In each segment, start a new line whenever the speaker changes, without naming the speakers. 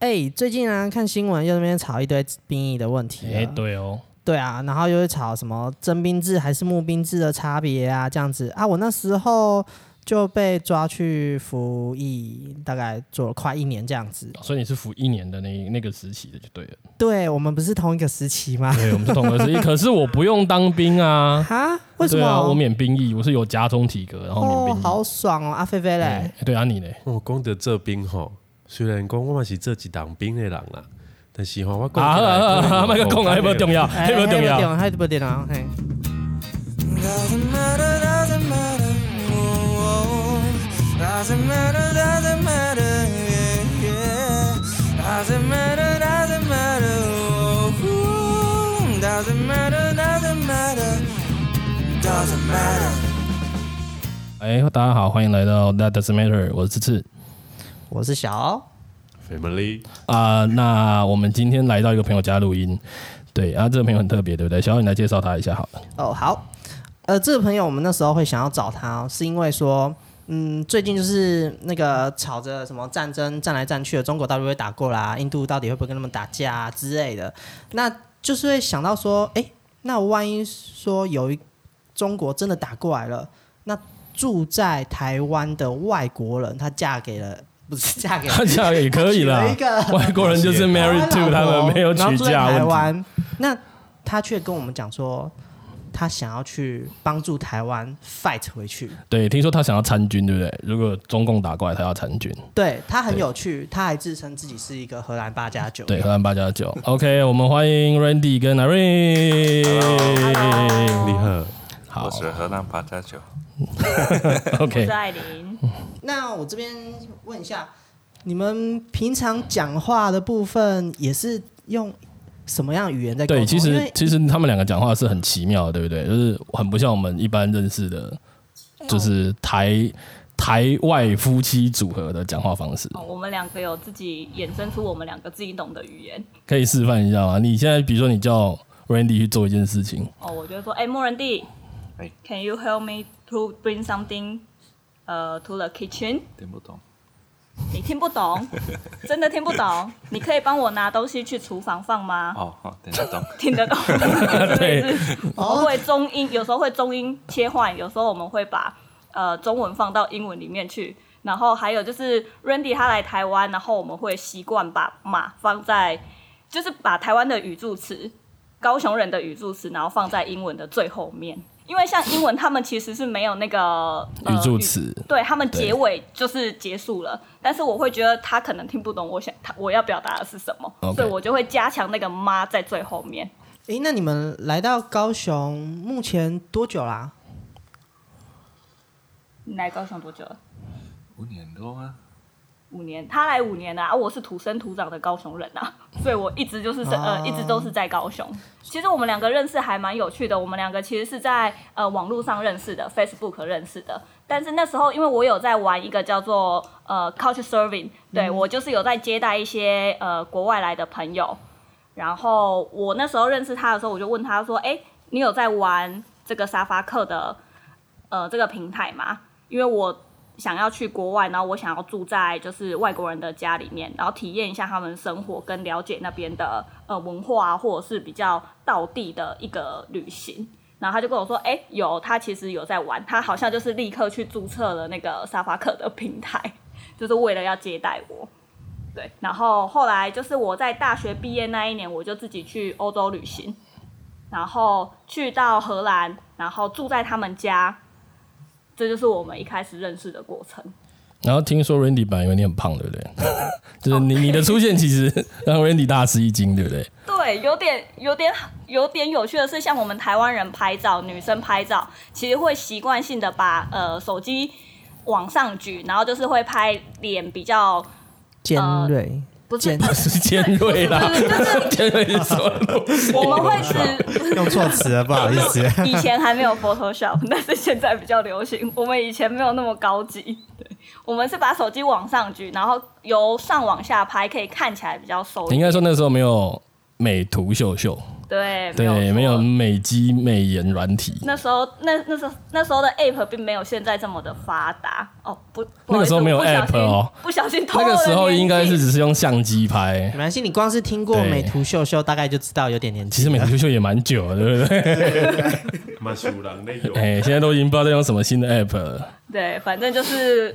哎、最近啊，看新闻又在那边吵一堆兵役的问题了、
哎、对哦，
对啊，然后又会吵什么征兵制还是募兵制的差别啊，这样子啊。我那时候就被抓去服役，大概做了快一年这样子。
所以你是服一年的那那个时期的就对了。
对我们不是同一个时期吗？
对，我们是同个 时期，可是我不用当兵啊。
哈？为什
对
么？
啊，我免兵役，我是有家中体格，然后免
哦
兵，役。
好爽哦，阿菲菲嘞。
哎对啊，你嘞？
我哦讲到这边吼，虽然讲我嘛是这一当兵的人啦，但是吼我
啊啊啊 啊啊！麦克讲啊，那不重要，
哎
那不重要。，
还不重要，啊嘿。
Doesn't matter, doesn't matter, oh, oh. doesn't matter, doesn't matter, yeah, yeah. Doesn't matter, doesn't matter, oh, oh. doesn't matter, doesn't matter, doesn't matter.
哎，大家好，欢迎来到 That Doesn't Matter，我是志志。
我是小欧，
family
啊、那我们今天来到一个朋友家录音，对啊，这个朋友很特别，对不对？小欧，你来介绍他一下好了。
哦，好，呃，这个朋友我们那时候会想要找他哦、是因为说，嗯，最近就是那个吵着什么战争战来战去的，中国到底会不会打过来，印度到底会不会跟他们打架、啊、之类的，那就是会想到说，哎、那万一说有一中国真的打过来了，那住在台湾的外国人，她嫁给了不是 嫁 给了
他这样也可以啦
娶了一，个
外国人就是 married to，他们没有
然后
娶
住在
嫁
台
问题。
湾，那他却跟我们讲说，他想要去帮助台湾 fight 回去。
对，听说他想要参军，对不对？如果中共打过来，他要参军。
对他很有趣，他还自称自己是一个荷兰八加九。
对，荷兰八 加九。OK，我们欢迎 Randy 跟 Irene。
你好，
好
我是荷兰八加九，
，OK 哎
是。艾琳，
那我这边问一下，你们平常讲话的部分也是用什么样的语言在沟
对，
通？
其
因
实
为
其实他们两个讲话是很奇妙的，对不对？就是很不像我们一般认识的，
嗯
就是台台外夫妻组合的讲话方式。
哦我们两个有自己衍生出我们两个自己懂的语言。
可以示范一下吗？你现在比如说你叫 Randy 去做一件事情，
哦，我就会说，哎、莫仁弟
哎
，Can you help me to bring something 呃、to the kitchen？
听不懂。
你听不懂，真的听不懂。你可以帮我拿东西去厨房放吗？
哦，哦听得懂。
听得懂，是不
对
是？我们会中英，有时候会中英切换，有时候我们会把呃中文放到英文里面去。然后还有就是 Randy 他来台湾，然后我们会习惯把马放在，就是把台湾的语助词，高雄人的语助词，然后放在英文的最后面。因为像英文，他们其实是没有那个、呃
嗯
语助词
对他们
对
结尾就是结束了，但是我会觉得他可能听不懂我想他我要表达的是什么
OK
所以我就会加强那个妈在最后面。
诶，那你们来到高雄目前多久啦？
你来高雄多久了？
五年多啊，
五年，他来五年了、啊，我是土生土长的高雄人啊，所以我一直就是、
啊
呃，一直都是在高雄。其实我们两个认识还蛮有趣的，我们两个其实是在呃网络上认识的，Facebook 认识的。但是那时候因为我有在玩一个叫做呃 Couch Serving，对、我就是有在接待一些呃国外来的朋友。然后我那时候认识他的时候，我就问他说：“哎，你有在玩这个沙发客的呃这个平台吗？”因为我想要去国外，然后我想要住在就是外国人的家里面，然后体验一下他们生活，跟了解那边的呃文化啊，或者是比较道地的一个旅行。然后他就跟我说：“哎、有他其实有在玩，他好像就是立刻去注册了那个沙发客的平台， 就是为了要接待我。”对，然后后来就是我在大学毕业那一年，我就自己去欧洲旅行，然后去到荷兰，然后住在他们家，这就是我们一开始认识的过程。
然后听说 Randy 本来以为你很胖，对不对？ 就是你你的出现其实 让 Randy 大吃一惊，对不 对？
对，有点有点有点有趣的是，像我们台湾人拍照，女生拍照其实会习惯性的把呃手机往上举，然后就是会拍脸比较
尖
呃
锐，
不是
尖
是尖锐啦， 尖锐是什么路线？
我们会 是
用错词了，不好意思。
以前还没有 Photoshop，但 是现在比较流行。我们以前没有那么高级，对，我们是把手机往上举，然后由上往下拍，可以看起来比较瘦一
应
点。
该说那时候没有美图秀秀，
对，
对，没有
错
美肌美颜软体。
那时候那那时候那时候的 App 并没有现在这么的发达哦，不，不好
那
意思
个时候没有
我不小心
App 哦
不小心透
那
露
个
了
时候
年纪
应该是只是用相机拍
没，关系，你光是听过
对
美图秀秀，大概就知道有点年纪。
其实美图秀秀也蛮久了，对不 对？
嘛是有人咧用
哎、现在都已经不知道在用什么新的 app 了。
对，反正就是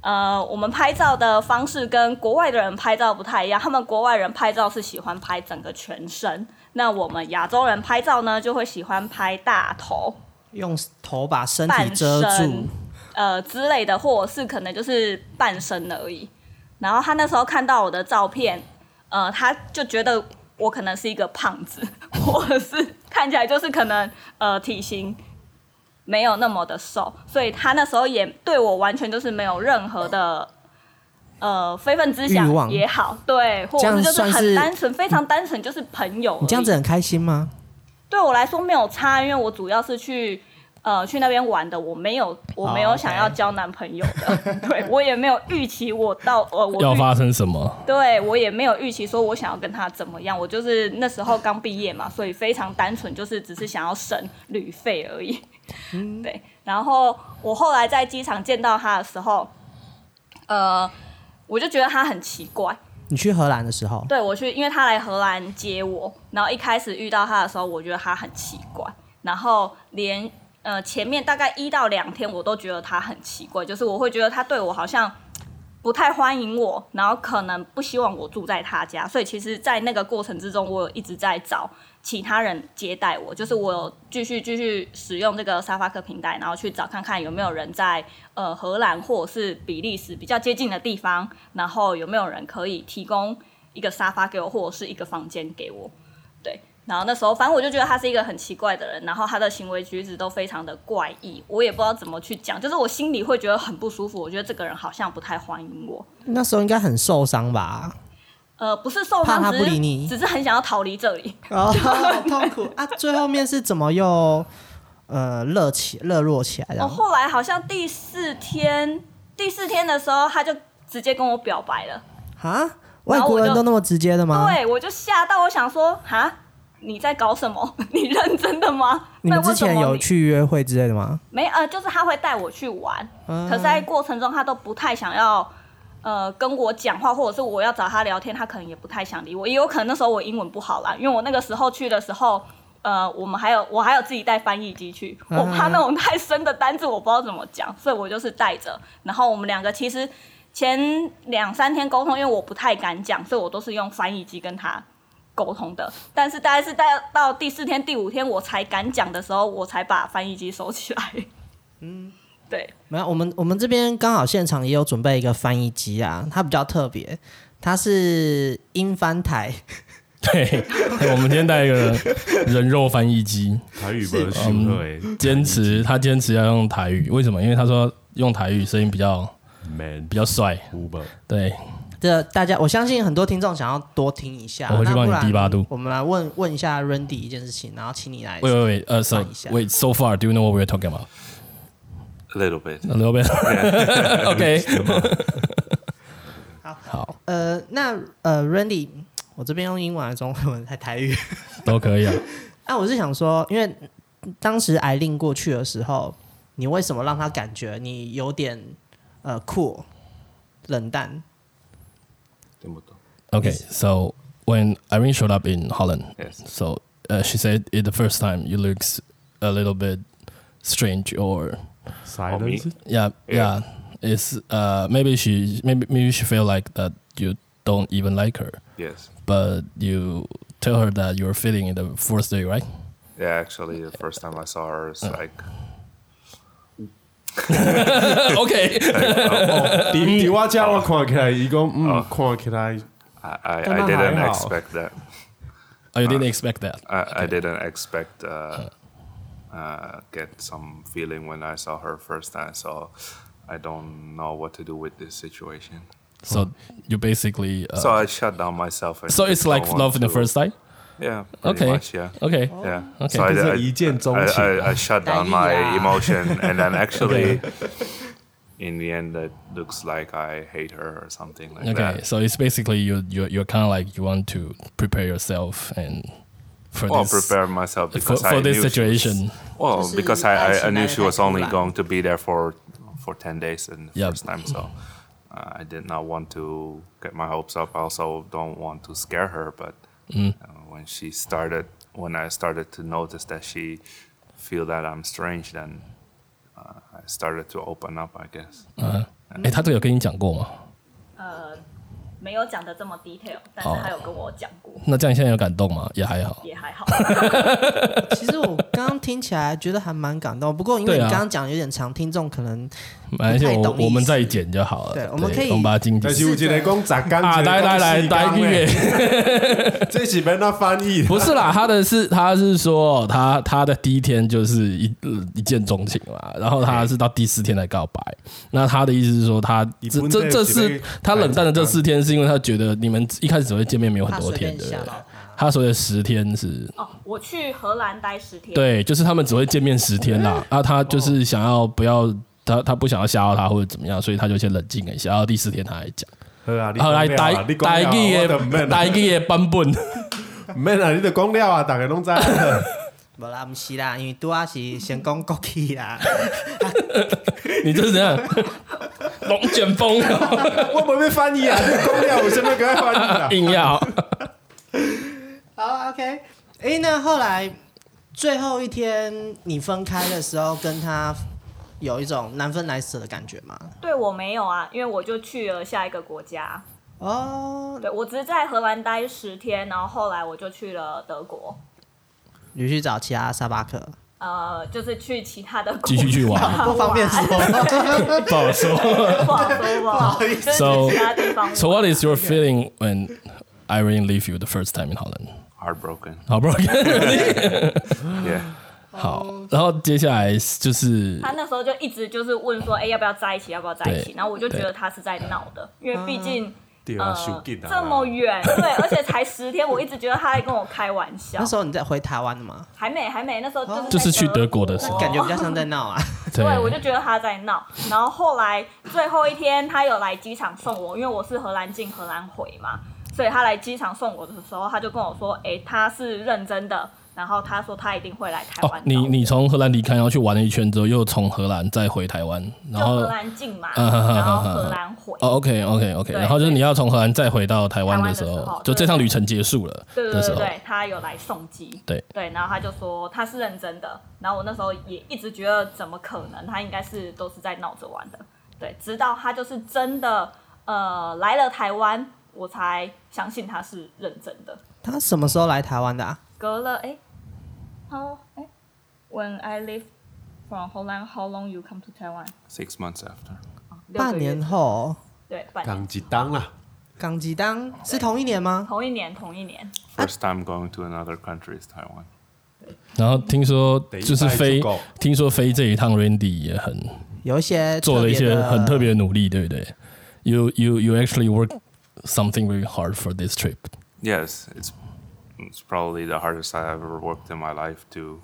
呃，我们拍照的方式跟国外的人拍照不太一样，他们国外人拍照是喜欢拍整个全身，那我们亚洲人拍照呢就会喜欢拍大头、
用头把身体
半
遮
身
住，
呃之类的，或者是可能就是半身而已。然后他那时候看到我的照片，呃，他就觉得我可能是一个胖子， 或者是看起来就是可能呃体型没有那么的瘦，所以他那时候也对我完全就是没有任何的。呃，非分之
欲
想
望
也好，对，或者是就是
这样算是
很单纯，非常单纯，就是朋友而已。
你这样子很开心吗？
对我来说没有差，因为我主要是去呃去那边玩的，我没有我没
哦
有想要交男朋友的 对我也没有预期我到呃我
要
预
发生什么？
对我也没有预期说我想要跟他怎么样，我就是那时候刚毕业嘛，所以非常单纯，就是只是想要省旅费而已。
嗯
对，然后我后来在机场见到他的时候，呃，我就觉得他很奇怪，
你去荷兰的时候，
对我去，因为他来荷兰接我，然后一开始遇到他的时候，我觉得他很奇怪，然后连呃前面大概一到两天，我都觉得他很奇怪，就是我会觉得他对我好像不太欢迎我，然后可能不希望我住在他家，所以其实，在那个过程之中，我有一直在找其他人接待我，就是我有继续继续使用这个沙发客平台，然后去找看看有没有人在呃荷兰或者是比利时比较接近的地方，然后有没有人可以提供一个沙发给我，或者是一个房间给我。对，然后那时候反正我就觉得他是一个很奇怪的人，然后他的行为举止都非常的怪异，我也不知道怎么去讲，就是我心里会觉得很不舒服，我觉得这个人好像不太欢迎我。
那时候应该很受伤 吧？
呃，不是受
怕
伤，
他
只
不理
是
你
只是很想要逃离这里。
哦，好痛苦啊！最后面是怎么又呃热起热络起来
我、
的？
后来好像第四天，第四天的时候他就直接跟我表白了，
啊，外国人都那么直接的吗？
对我就吓到，我想说哈。你在搞什么？ 你认真的吗？
你
那
们
为
之
什么
前有
你
去约会之类的吗？
没呃，就是他会带我去玩，
嗯
可是在过程中他都不太想要呃跟我讲话，或者是我要找他聊天，他可能也不太想理我，也有可能那时候我英文不好啦，因为我那个时候去的时候。呃，我们还有我还有自己带翻译机去，我怕那种太深的单字我不知道怎么讲，所以我就是带着。然后我们两个其实前两三天沟通，因为我不太敢讲，所以我都是用翻译机跟他沟通的。但是大概是到到第四天、第五天我才敢讲的时候，我才把翻译机收起来。嗯，对，
没有，我们我们这边刚好现场也有准备一个翻译机啊，它比较特别，它是英翻台，
对， 我们今天带一个人肉翻译机，
台语不是修好诶，
坚持他坚持要用台语，为什么？因为他说用台语声音比较
man
比较帅。
酷吧？
对，
这大家我相信很多听众想要多听一下。
我回去
那
帮你
不然
低八度
我们来问问一下 Randy 一件事情，然后请你来。
wait wait wait，呃、s
换
o
一下
wait so far do you know what we're talking about
A little bit.
a little bit OK
呃，那呃，Randy，我这边用英文还是中文还台语？
都可以啊。
啊，我是想说，因为当时艾令过去的时候，你为什么让他感觉你有点呃酷、冷淡？
听不懂。
Okay, so when Irene showed up in Holland,
Yes.
so uh, she said it the first time you look a little bit strange or 哦
Silence
yeah yeah,
Yeah.
it's uh maybe she maybe maybe she feel like that you don't even like her,
Yes.
but you tell her that you're feeling in the first day, right?
Yeah, actually, the first time I saw her, it's
Uh.
like,
okay,
伫伫我遮我看起来，伊讲嗯，看起来
I, I,
Don't know
I didn't
how.
expect that.
oh, you didn't expect that.
I, I didn't expect uh, uh, get some feeling when I saw her first time. So I don't know what to do with this situation.
So you basically uh,
Uh-huh. so
so,
I shut down myself. And
it's like love in the first sight.
Yeah. Pretty
Okay,
Much, yeah.
okay.
Yeah.
Okay.
So I,
Because
I,
it's 一见钟情。
I, I, I shut down my emotion, and then actually, in the end, it looks like I hate her or something like
Okay,
that.
so it's basically you you you're kind of like you want to prepare yourself and for
Well,
this
prepare myself
for,
because I
for
knew
this
she was-
situation.
Well,
Just
because I, I, I knew she was only
1999
going to be there for for ten days and the
Yep.
first time, so uh, I did not want to get my hopes up. I also don't want to scare her, but
Mm.
uh, when she started, when I started to notice that she feel that I'm strange, then uh, I started to open up. I guess.
哎、他这个有跟你讲过吗？
呃，没有讲的这么 detail，但是他有跟我讲过，
那这样现在有感动吗？也还好。
也还 好。
其实我刚刚听起来觉得还蛮感动，不过因为
对
你
啊
刚刚讲有点长，听众可能
而且
不太
我
懂意思
我们再剪就好了。
对我们可以
我们把它精简
但是有一个讲杂工
啊！来来来，来一个月，
这是被那翻译的。
不是啦，他的是他是说他他的第一天就是一呃一见钟情嘛，然后他是到第四天才告白。那他的意思是说他，这这这四他冷淡的这四天，是因为他觉得你们一开始只会见面没有很
他
多
随
天，
便
对不
吓
对？
到
他所谓的十天是，
哦，我去荷兰待十天，
对，就是他们只会见面十天 啦。啊，他就是想要不要他他不想要吓到他或者怎么样，所以他就先冷静一下。然后第四天他还讲，
好啦，你
后来
讲了啊
台
你讲
台
了啊
语
我就不
的
免
台语的版本。
唔免啦，你就讲了啊，大家拢知道了。
无啦，毋是啦，因为拄啊是先讲国语啦，
你这是怎样？龙卷风
我无要翻译啊，你讲了有啥物该翻译啊？
硬要
好，OK。哎、那后来最后一天你分开的时候，跟他有一种难分难舍的感觉吗？
对我没有啊，因为我就去了下一个国家。
哦，
对我只是在荷兰待十天，然后后来我就去了德国，
你去找其他沙巴克，
呃，就是去其他的国
继续去玩，
啊
不方便说。
不好说。
不好说，不好意思，就是去其他地方玩。
So what is your feeling when Irene leave you the first time in Holland？
Heartbroken.
好不容易
嗯
Yeah.
好，然后接下来就是
他那时候就一直就是问说，哎、要不要在一起？要不要在一起
对？
然后我就觉得他是在闹的，因为毕竟、
对
呃
啊，手机啊，
这么远，对，而且才十天，我一直觉得他在跟我开玩笑
那。时候你在回台湾的吗？
还没还没，那时候就是
就是
在
去德国的
哦
时候
感觉比较像在闹啊。
对
对，我就觉得他在闹。然后后来最后一天，他有来机场送我，因为我是荷兰进荷兰回嘛，所以他来机场送我的时候，他就跟我说：“哎，他是认真的。”然后他说他一定会来台
哦
湾，找
你
我。
你从荷兰离开，然后去玩了一圈之后，又从荷兰再回台湾，然
就
后
荷兰进嘛，
嗯哼哼
然后
哼哼
荷兰回。
哦，OK OK OK，
对
然后就是你要从荷兰再回到台湾的时
台湾的时
候
候，
就这趟旅程结束了
对对
的时
对
候，
对，他有来送机，
对
对，然后他就说他是认真的，然后我那时候也一直觉得怎么可能，他应该是都是在闹着玩的，对，直到他就是真的呃来了台湾，我才相信他是认真的。
他什么时候来台湾的啊？
隔了哎，How 哎，When I leave from Holland, how long you come to Taiwan？
Six months after.
六
半
个月
年，后，
对，半年，
当一当啦，
港吉当是同一年吗？
同一年，同一年，
First time going to another country is Taiwan.
然后听说就是
等一
飞
下就够，
听说飞这一趟 Randy 也很
有一些
做了一些很特
别
别的努力，对不对？You you you actually work something very hard for this trip.
Yes, it's it's probably the hardest I have ever worked in my life to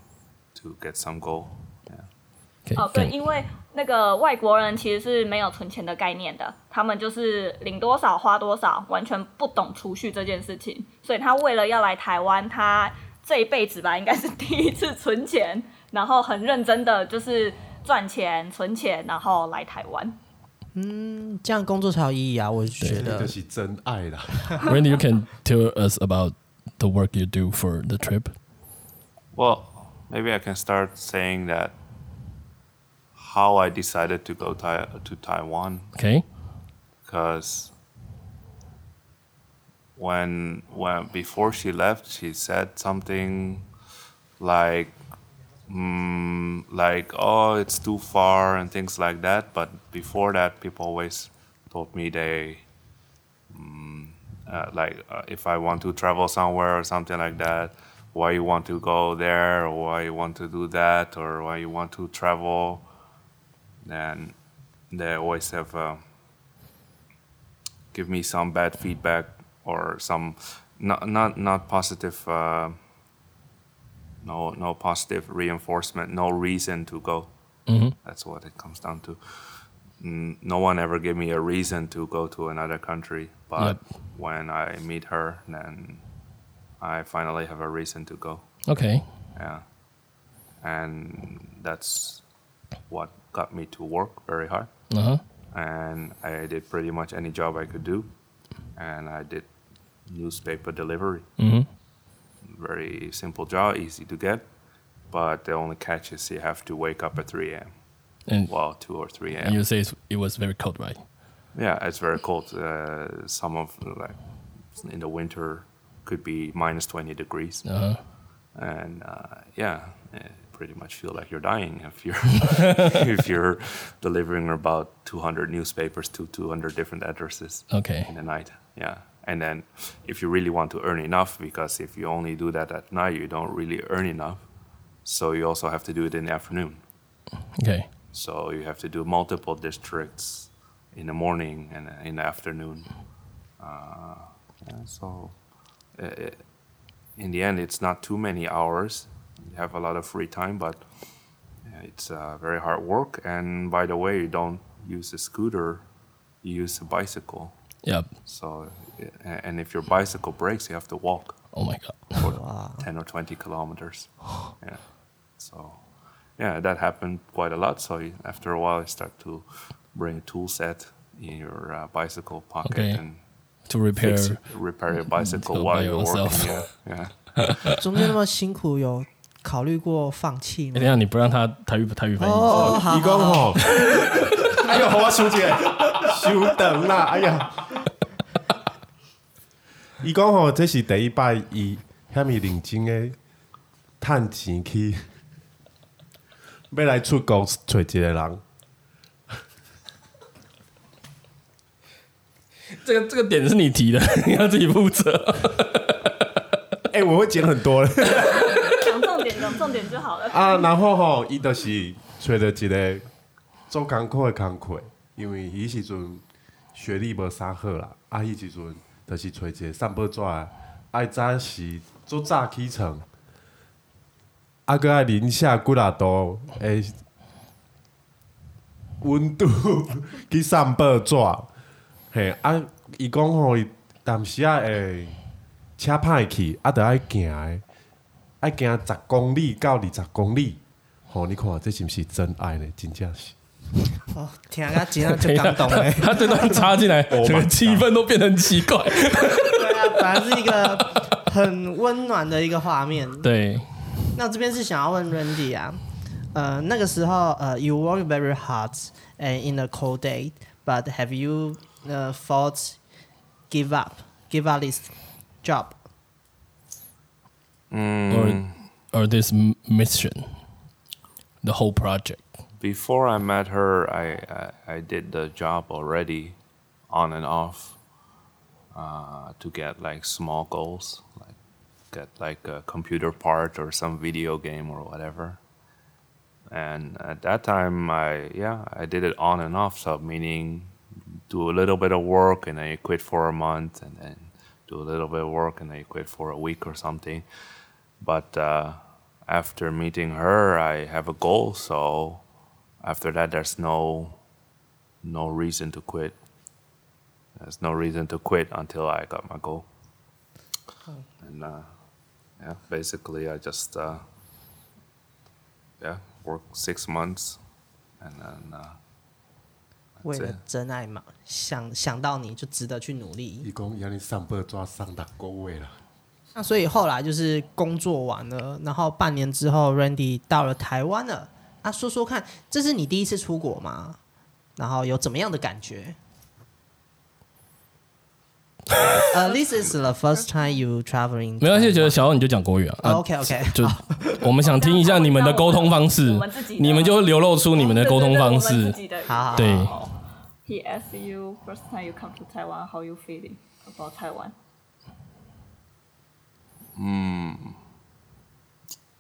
to get some goal. Yeah.
Okay,
哦，对， 因为那个外国人其实是没有存钱的概念的，他们就是领多少花多少，完全不懂储蓄这件事情。所以他为了要来台湾，他这一辈子吧，应该是第一次存钱，然后很认真的就是赚钱、存钱，然后来台 湾。
这样工作才有意义啊！我是觉
这
得
就，是真爱啦。
Randy, you can tell us about the work you do for the trip.
Well, maybe I can start saying that how I decided to go tai- to Taiwan
Okay.
because when when before she left, she said something like mm, like oh it's too far and things like that. But before that, people always told me they uh, like uh, if I want to travel somewhere or something like that, why you want to go there or why you want to do that or why you want to travel, then they always have uh, give me some bad feedback or some not not not positive. Uh, no, no positive reinforcement, no reason to go. That's what it comes down to. N- No one ever gave me a reason to go to another country, but
Yep.
when I meet her, then I finally have a reason to go.
Okay.
Yeah. And that's what got me to work very hard.
Uh huh.
And I did pretty much any job I could do. And I did newspaper delivery. Very simple job, easy to get. But the only catch is you have to wake up at 3 a.m.
And
Well, 2 or 3 a.m.
and you say it's, it was very cold, right?
Yeah, it's very cold. Uh, some of like in the winter could be minus twenty degrees,
Uh huh.
and uh, yeah, eh, pretty much feel like you're dying if you're if you're delivering about two hundred newspapers to two hundred different addresses in
Okay.
the night. Yeah, and then if you really want to earn enough, because if you only do that at night, you don't really earn enough. So you also have to do it in the afternoon.
Okay.
So you have to do multiple districts in the morning and in the afternoon. Uh, yeah, so uh, it- in the end, it's not too many hours. You have a lot of free time, but uh, it's uh, very hard work. And by the way, you don't use a scooter, you use a bicycle.
Yeah.
So, uh, and if your bicycle breaks, you have to walk
Oh my god.
for 10 or 20 kilometers. Yeah. So, yeah, that happened quite a lot. So, you- after a while, you start to bring a tool set in your uh, bicycle pocket
Okay.
and
To repair.
fix it, repair your bicycle
by
while you're
yourself.
working. Yeah. yeah.
中间那么辛苦，有考虑过放弃吗
哎，等一？下你不让他台语台语翻译吗。
Oh.
哦，好
伊讲吼， 哎呦，我想一下，稍等啦，哎呀，伊讲吼，这是第一摆伊遐么认真诶，趁钱去，要来出国找一个人，
这个这个点是你提的， 你要自己负责。。
哎、我会剪很多嘞
讲重点，讲重点就好了。
啊，然后吼，伊就是找着一个做工课诶工课，因为伊时阵学历无啥好啦，啊，迄时阵就是找一个散报纸诶，爱早啊是做早起床，啊，搁爱零下几啊度诶温度去散报纸，嘿，啊，伊讲吼，伊当时啊会车歹去，啊，着爱行诶。爱行十公里到二十公里，吼、你看这是不是真爱呢？真正是，
哦，听啊，今天就感动哎
他这段插进来，
Oh my
整个气氛都变得很奇 怪。
对啊，本来是一个很温暖的一个画面。
对，
那我这边是想要问 Randy 啊，呃，那个时候呃，you work very hard and in a cold day, but have you 呃 thought give up, give up this job?
Hmm.
or or this m- mission, the whole project.
Before I met her, I, I, I did the job already on and off uh, to get like small goals, like get like a computer part or some video game or whatever. And at that time, I yeah, I did it on and off, so meaning do a little bit of work and then you quit for a month, and then do a little bit of work and then you quit for a week or something. But uh, after meeting her, I have a goal, so after that, there's no no reason to quit. There's no reason to quit until I got my goal. And uh, yeah, basically, I just uh, yeah worked six months, and then uh,
为了
对
真爱嘛，想想到你就值得去努力。
伊讲伊安尼上报纸上六个月啦，
那所以后来就是工作完了，然后半年之后，Randy 到了台湾了。啊，说说看，这是你第一次出国吗？然后有怎么样的感觉？ 呃、t h i s is the first time you traveling.
没关系，觉得小欧你就讲国语啊。
哦
啊
OK OK，
就我们想听一下你们的沟通方式
我们自己，的
你们就会流露出你们的沟通方
对对对我们
式
自。己的语言
好好好。
对，
He asked you first time you come to Taiwan, how you feeling about Taiwan?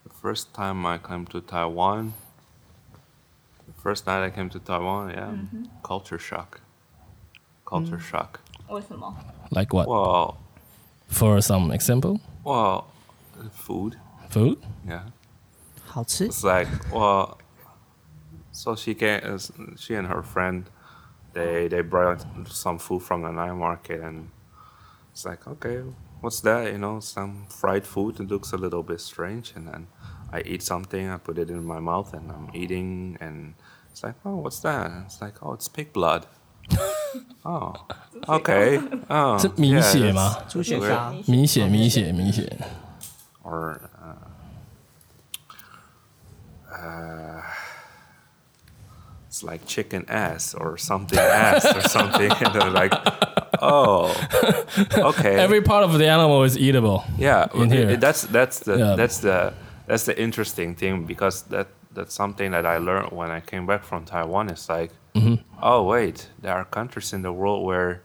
The first time I came to Taiwan, the first night I came to Taiwan, yeah, culture shock. Culture shock.
为什么？
Like what?
Well,
For some example,
well, food.
food.
Yeah,
好吃，
it's like well, so she can uh, s- she and her friend, they they brought some food from the night market and it's like okay, what's that? You know, some fried food. It looks a little bit strange. And then I eat something, I put it in my mouth, and I'm eating. And it's like, oh, what's that? And it's like, oh, it's pig blood. oh, okay. Oh,
是米
yeah,
血
that's-
吗？
猪血糕，
米血，米血，米血，
or uh, uh, it's like chicken ass or something ass or something. And they're like, oh, okay.
Every part of the animal is eatable.
yeah,
in
it-
here.
it- that's that's the
Yeah.
that's the that's the interesting thing because that that's something that I learned when I came back from Taiwan. It's like,
Mm-hmm.
oh wait, there are countries in the world where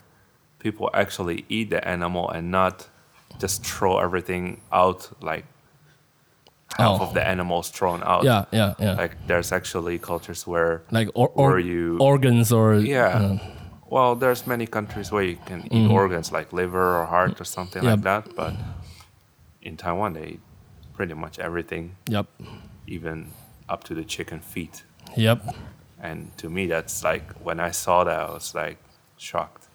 people actually eat the animal and not just throw everything out like half
Oh.
of the animals thrown out.
Yeah, yeah, yeah. Like,
Like there's actually cultures where
or, or
Or you-
organs or
yeah. Mm-hmm.
uh,
Well, there's many countries where you can eat organs like liver or heart or something
Yeah.
like that, but in Taiwan they eat pretty much everything,
yep,
even up to the chicken feet.
yep.
And to me that's like when I saw that I was like shocked.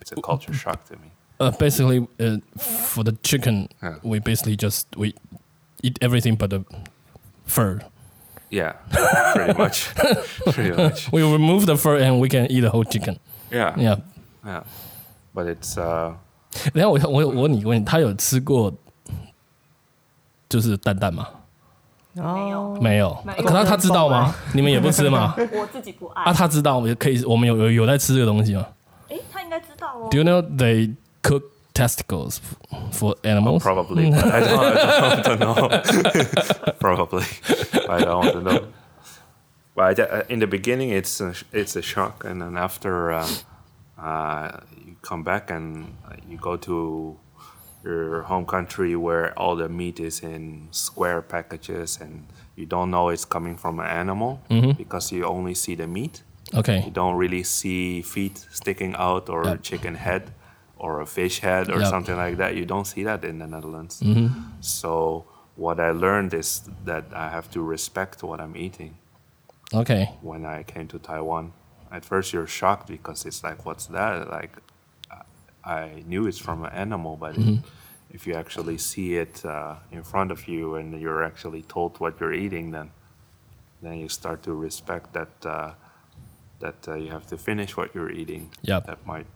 It's a culture shock to me.
Uh, basically, uh, for the chicken,
Yeah.
we basically just we eat everything but the fur.
Yeah. pretty much. pretty much.
We remove the fur and we can eat the whole chicken.
Yeah.
Yeah.
Yeah. But it's uh
等一下我我我问你问你，他有吃过就是蛋蛋吗？
没
哦
有，
没有，啊
没有
可他他知道吗？你们也不吃 吗？
我自己不爱
啊，。他知道，我们可以，我们有有有在吃这个东西吗
哎，他应该知道哦
？Do。you know they cook testicles for animals？
Oh, Probably. but I don't, I don't, know. Probably. I don't know. But I ju- uh, in the beginning, it's a, sh- it's a shock, and then after um, uh, you come back and uh, you go to your home country where all the meat is in square packages, and you don't know it's coming from an animal because you only see the meat. You
OK，
don't really see feet sticking out or a
Yep.
chicken head or a fish head
Yep.
or
Mm-hmm.
something like that. You don't see that in the Netherlands. So what I learned is that I have to respect what I'm eating.
OK，
When I came to Taiwan, at first you're shocked because it's like, what's that? Like, I- I knew it's from an animal, but
Mm-hmm.
it- if you actually see it uh, in front of you and you're actually told what you're eating, then then you start to respect that uh, that uh, you have to finish what you're eating.
Yep.
That might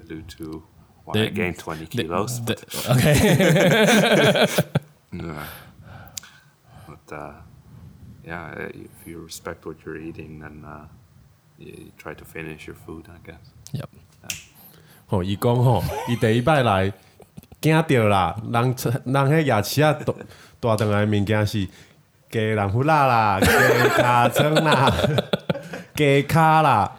allude to why I
They-
gained 20
they-
kilos.
the- OK，
Yeah. But uh, yeah, uh, if you respect what you're eating, then uh, you, you try to finish your food, I guess.
Yep
吼，伊讲吼，伊第一摆来惊着啦，人出人迄牙齿啊大大肠来物件是鸡人骨啦啦，鸡尻川啦， 鸡骹啦，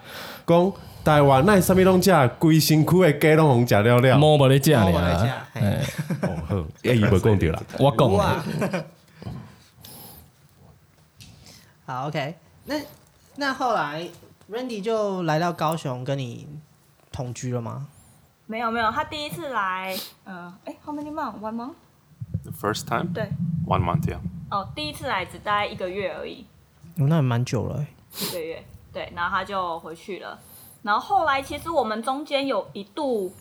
讲台湾那啥物拢食，规身躯的鸡拢互食了 了。
摸不得价
摸不得
呢
价，嘿
哎
哦好，哎伊无讲着啦，
我讲的，
哇，好，OK，那那后来 Randy 就来到高雄跟你同居了吗？
没有没有，他第一次来，嗯，哎，How many month? One month？
The first time?
对，
One month, yeah.
哦，第一次来只待一个月而已。
哦那也蛮久了欸、
一个月，对，然后他就回去了。然后后来其实我们中间有一度，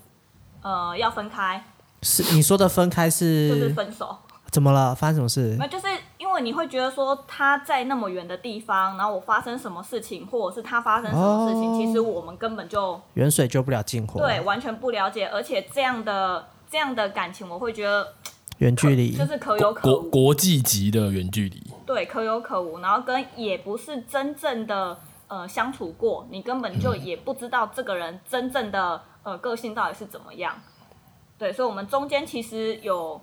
呃，要分开，
是你说的分开
就是
是
分手。
怎么了？发生什么事
那？就是因为你会觉得说他在那么远的地方，然后我发生什么事情，或者是他发生什么事情，
哦
其实我们根本就
远水救不了近火，
对完全不了解，而且这样的这样的感情，我会觉得
远距离
就是可有可
国
无。
国际级的远距离，
对，可有可无，然后跟也不是真正的呃相处过，你根本
嗯
就也不知道这个人真正的呃个性到底是怎么样。对，所以我们中间其实有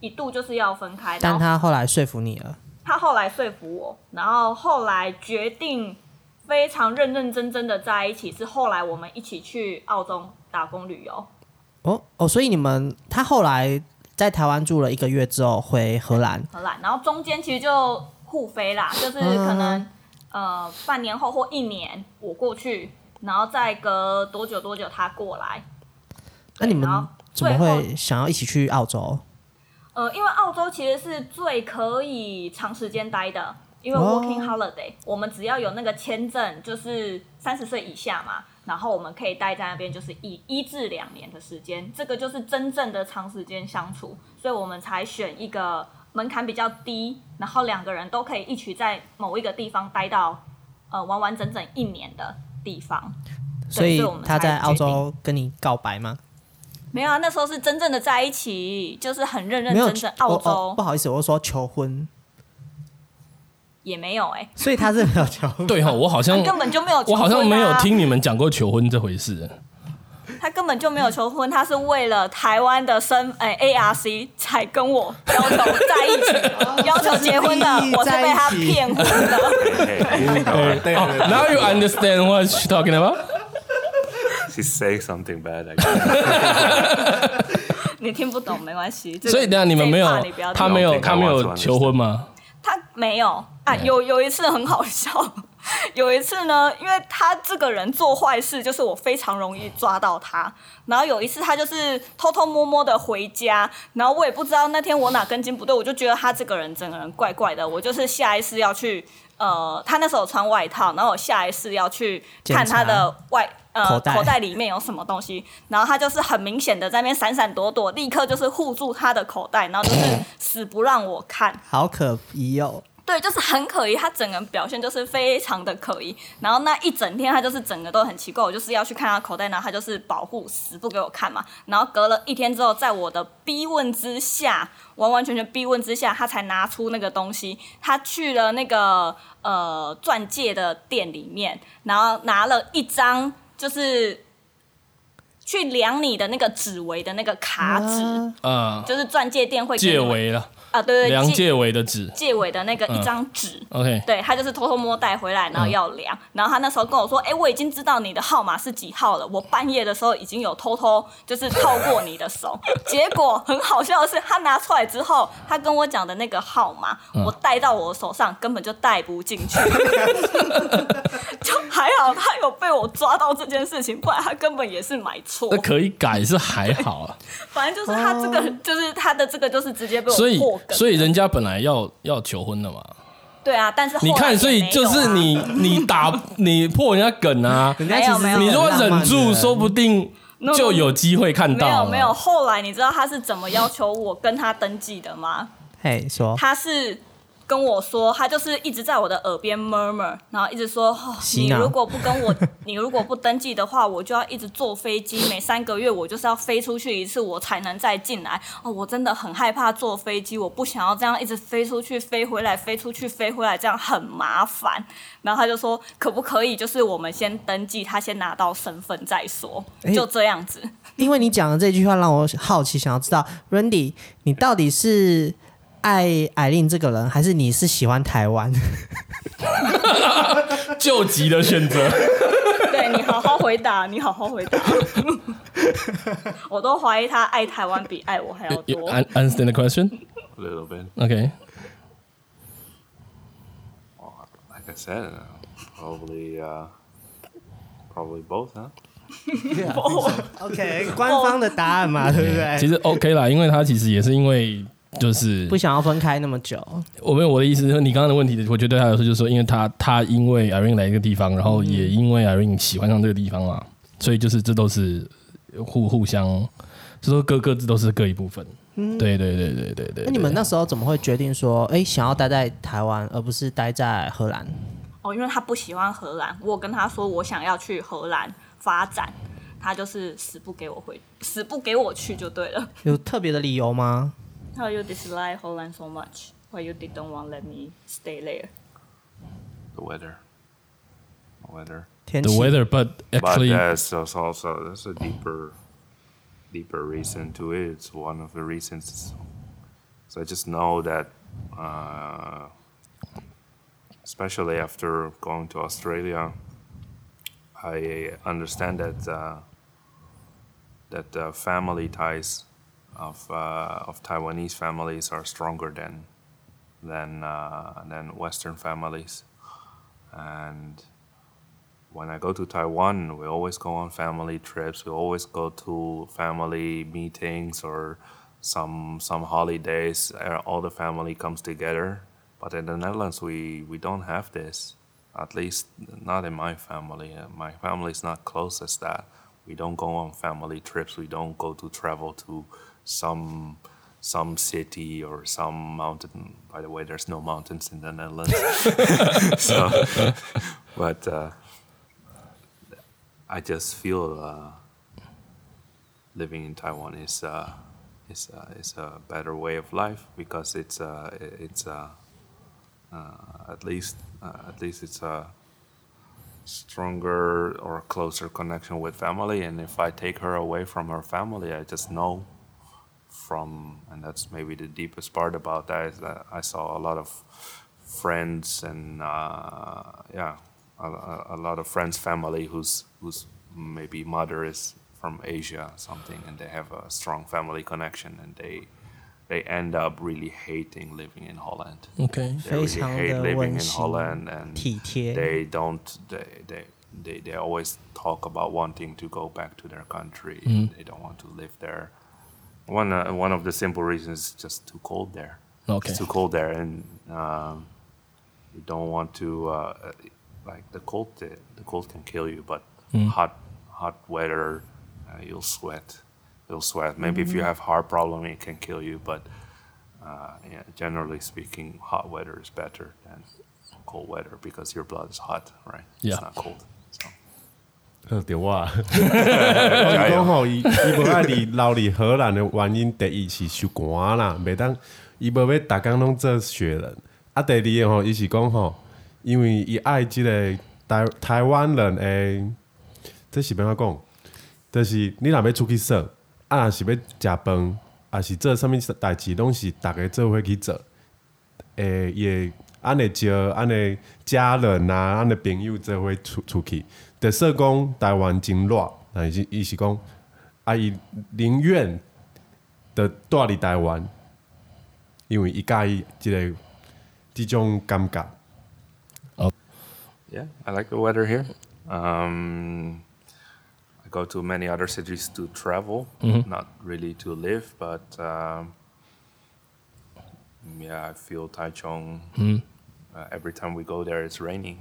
一度就是要分开，然
但
后
他后来说服你了，
他后来说服我，然后后来决定非常认认真真的在一起，是后来我们一起去澳洲打工旅游。
哦哦，所以你们他后来在台湾住了一个月之后回荷兰，
荷兰，然后中间其实就互飞啦，就是可能、呃半年后或一年我过去，然后再隔多久多久他过来。
那你们
然后
怎么
最后
会想要一起去澳洲？
呃，因为澳洲其实是最可以长时间待的，因因为
哦
working holiday，、我们只要有那个签证，就是三十岁以下嘛，然后我们可以待在那边就是一一至两年的时间，这个就是真正的长时间相处，所以我们才选一个门槛比较低，然后两个人都可以一起在某一个地方待到呃完完整整一年的地方。对
所以
我们
他
才
在澳
决定
洲跟你告白吗？
没有啊，那时候是真正的在一起，就是很认认
没有
真真。澳洲、
哦哦不好意思，我说求婚，
也没有哎、
所以他是没有求 婚。
对哈，我好像
他根本就没有求
我
婚、啊，
好像没有听你们讲过求婚这回事。
他根本就没有求婚，他是为了台湾的身哎、ARC 才跟我要求在一起，要求结婚的
这是第一，
我是被他
哦在一起
骗婚的。
Hey, hey,
哎
对对
哦 Now you understand what she talking about？
she's saying something bad. I guess.
你听不懂没关系，这个
所以等下你们没有
这一 part 你不要听
他没有
think I
他没
want to
有
understand.
求婚吗？
他没有啊，有有一次很好笑， 有一次呢，因为他这个人做坏事，就是我非常容易抓到他。然后有一次他就是偷偷摸摸的回家，然后我也不知道那天我哪根筋不对，我就觉得他这个人整个人怪怪的，我就是下意识要去。呃，他那时候有穿外套，然后我下意识要去看他的外呃
口袋
里面有什么东西，然后他就是很明显的在那边闪闪躲躲，立刻就是护住他的口袋，然后就是死不让我看，
好可疑哦！
对，就是很可疑，他整个人表现就是非常的可疑。然后那一整天他就是整个都很奇怪，我就是要去看他口袋，然后他就是保护死不给我看嘛。然后隔了一天之后，在我的逼问之下，完完全全逼问之下，他才拿出那个东西。他去了那个呃钻戒的店里面，然后拿了一张就是去量你的那个指围的那个卡纸，
啊
啊，
就是钻戒店会
戒
给你们
围了，
啊，对对
梁
对，戒
戒围的纸。
戒围的那个一
嗯
张纸。
OK，
对他就是偷偷摸带回来，然后
嗯
要量。然后他那时候跟我说：“哎、我已经知道你的号码是几号了。我半夜的时候已经有偷偷就是透过你 的手。结果很好笑的是，他拿出来之后，他跟我讲的那个号码，
嗯
我带到我手上根本就带不进去。 就还好他有被我抓到这件事情，不然他根本也是买错
那。可以改是还好 啊，
反正就是他这个，就是他的这个，就是直接被我
所以
破梗。
所以人家本来要要求婚的嘛。
对啊，但是后来
你
也
看，所以
没
就
有
是
啊
你你打你破人家梗啊，
人家其实
没有
你
是
如果
很浪
忍
漫的
住，说不定
No, no,
就有机会看
没有
到。啊
没有，，后来你知道他是怎么要求我跟他登记的吗？
嘿说
他是跟我说，他就是一直在我的耳边 murmur，然后一直说，哦、
洗
你
脑
如果不跟 我，你如果不登记的话，我就要一直坐飞机，每三个月我就是要飞出去一次，我才能再进来。哦，我真的很害怕坐飞机，我不想要这样一直飞出去、飞回来、飞出去、飞回来，这样很麻烦。然后他就说，可不可以就是我们先登记，他先拿到身份再说，
哎
就这样子。
因为你讲的这句话让我好奇，想要知道 Randy，你到底是爱艾琳这个人，还是你是喜欢台湾？
救急的选 择。
对你好好回答，你好好回 答。我都怀疑他爱台湾比爱我还要
You
多。
un- understand the question?
a little bit.
OK，
Like I said, uh, probably, uh, probably both, huh?
OK，官方的答案嘛，对不
其
对？
实 OK 啦，因为他其实也是因为就是
不想要分开那么久，
我没有我的意思是说，你刚刚的问题，我觉得对他来说，就是说，因为他他因为 Irene 来一个地方，然
嗯
后也因为 Irene 喜欢上这个地方嘛，所以就是这都是互互相，就说各各自都是各一部分。
嗯
对对对对对对。
那你们那时候怎么会决定说，哎，想要待在台湾，而不是待在荷兰？
哦，因为他不喜欢荷兰，我跟他说我想要去荷兰发展，他就是死不给我回，死不给我去就对了。
有特别的理由吗？
How you dislike Holland so much? Why you didn't want let me stay there?
The weather. The weather.
天
the
气
weather, but
But
actually,
that's also, also that's a deeper, deeper reason to it. It's one of the reasons. So I just know that, uh, especially after going to Australia, I understand that uh, that uh, family ties of uh, of Taiwanese families are stronger than than uh, than Western families, and when I go to Taiwan, we always go on family trips. We always go to family meetings or some some holidays. Uh, All the family comes together, But in the Netherlands, we, we don't have this. At least not in my family. Uh, My family is not close as that. We don't go on family trips. We don't go to travel to some some city or some mountain. By the way, there's no mountains in the Netherlands. so, but uh, I just feel uh, living in Taiwan is uh, is uh, is a better way of life because it's uh, i- it's uh, uh, at least uh, at least it's a stronger or closer connection with family. And if I take her away from her family, I just know from and that's maybe the deepest part about that is that I saw a lot of friends and uh, yeah a, a, a lot of friends family whose whose maybe mother is from Asia or something and they have a strong family connection and they they end up really hating living in Holland.
OK，
They
非
really
常地
hate living in
温馨，
Holland and
体贴。
they don't they, they they they always talk about wanting to go back to their country. They don't want to live there. One uh, one of the simple reasons is just too cold there.
Okay.
It's too cold there, and um, you don't want to uh, uh, like the cold. The, the cold can kill you, but
Hmm.
hot hot weather, uh, you'll sweat. You'll sweat. Maybe
Hmm.
if you have heart problem, it can kill you, but uh, yeah, generally speaking, hot weather is better than cold weather because your blood is hot, right?
Yeah.
It's not cold. So.
嗯，对哇。我是讲吼，伊伊无爱伫留伫荷兰的原因，第一是受寒啦，袂当伊无要逐工拢做雪人。啊，第二个吼，伊是讲吼，因为伊爱即个台台湾人诶，这是要安怎讲？就是你若要出去耍，啊，若是要食饭，啊是做啥物代志，拢是逐个做伙去做。诶、也安尼招安尼家人啊，安尼朋友做伙出出去。就说讲台湾真热，但是伊是讲啊，伊宁愿的住伫台湾，因为伊介意即个即种感觉。
Yeah, I like the weather here. Um, I go to many other cities to travel, not really to live, but um, yeah, I feel Taichung. Uh, every time we go there, it's raining.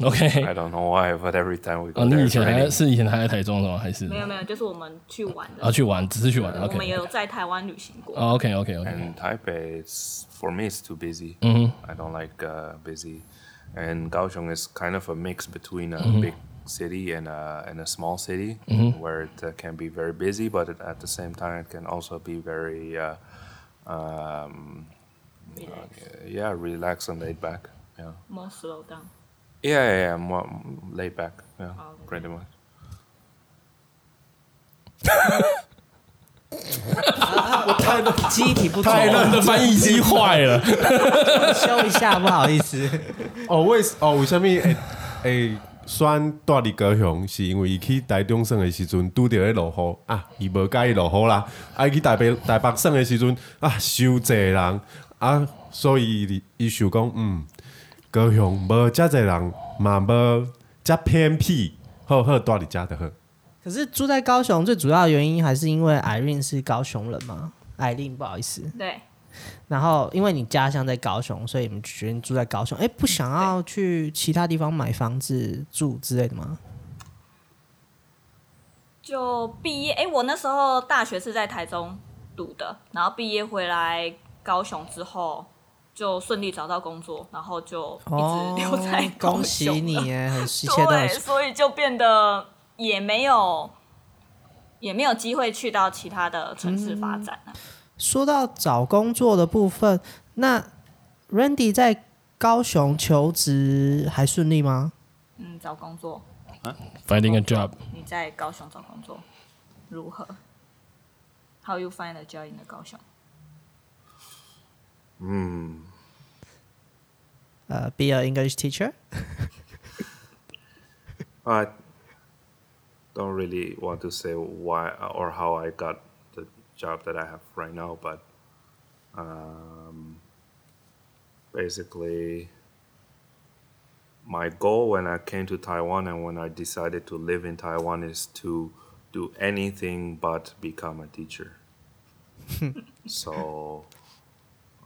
I
OK，
don't know why, but every time we go
哦，
there,
你以
it's
前还
raining.
是以前还在台中的吗？还是
没有没有，就是我们去玩的，
啊去玩，只是去玩哦
我们也
？OK，OK
有在台湾旅行过。
OK OK OK，
And Taipei, it's for me, it's too busy. I don't like uh, busy. And Kaohsiung is kind of a mix between a big city and a and a small city, where it uh, can be very busy, but it, at the same time, it can also be very, uh, um, uh, yeah, relaxed and laid back. Yeah,
More slow down。
yeah, yeah, yeah more laid back. Yeah,
Oh, okay.
pretty much.
机体 不足，
台湾的哦翻译机坏了。
修一下，不好意思。
哦，为哦为虾米会会哎选住伫高雄？是因为伊去台中省的时阵拄着咧落雨啊，伊无介意落雨啦。啊，伊去台北台北省的时阵啊，伤济人啊，所以伊伊想讲，嗯，高雄无遮济人，嘛无遮偏僻，好好住伫遮就好。
可是住在高雄最主要的原因还是因为艾韵是高雄人嘛，艾琳不好意思。
对，
然后因为你家乡在高雄，所以你们决定住在高雄。哎，不想要去其他地方买房子住之类的吗？
就毕业，哎，我那时候大学是在台中读的，然后毕业回来高雄之后，就顺利找到工作，然后就一直留在
哦
高雄了、啊
恭喜你哎，很一切都很
对，所以就变得也没有也没有机会去到其他的城市
嗯
发展啊。
说到找工作的部分，那 Randy 在高雄求职还顺利吗？
嗯，找工作，
Finding a job，
你在高雄找工作如何？How you find a job in the 高雄？
Mm.
呃，be a English teacher，
I don't really want to say why or how I got the job that I have right now, but um, basically, my goal when I came to Taiwan and when I decided to live in Taiwan is to do anything but become a teacher. so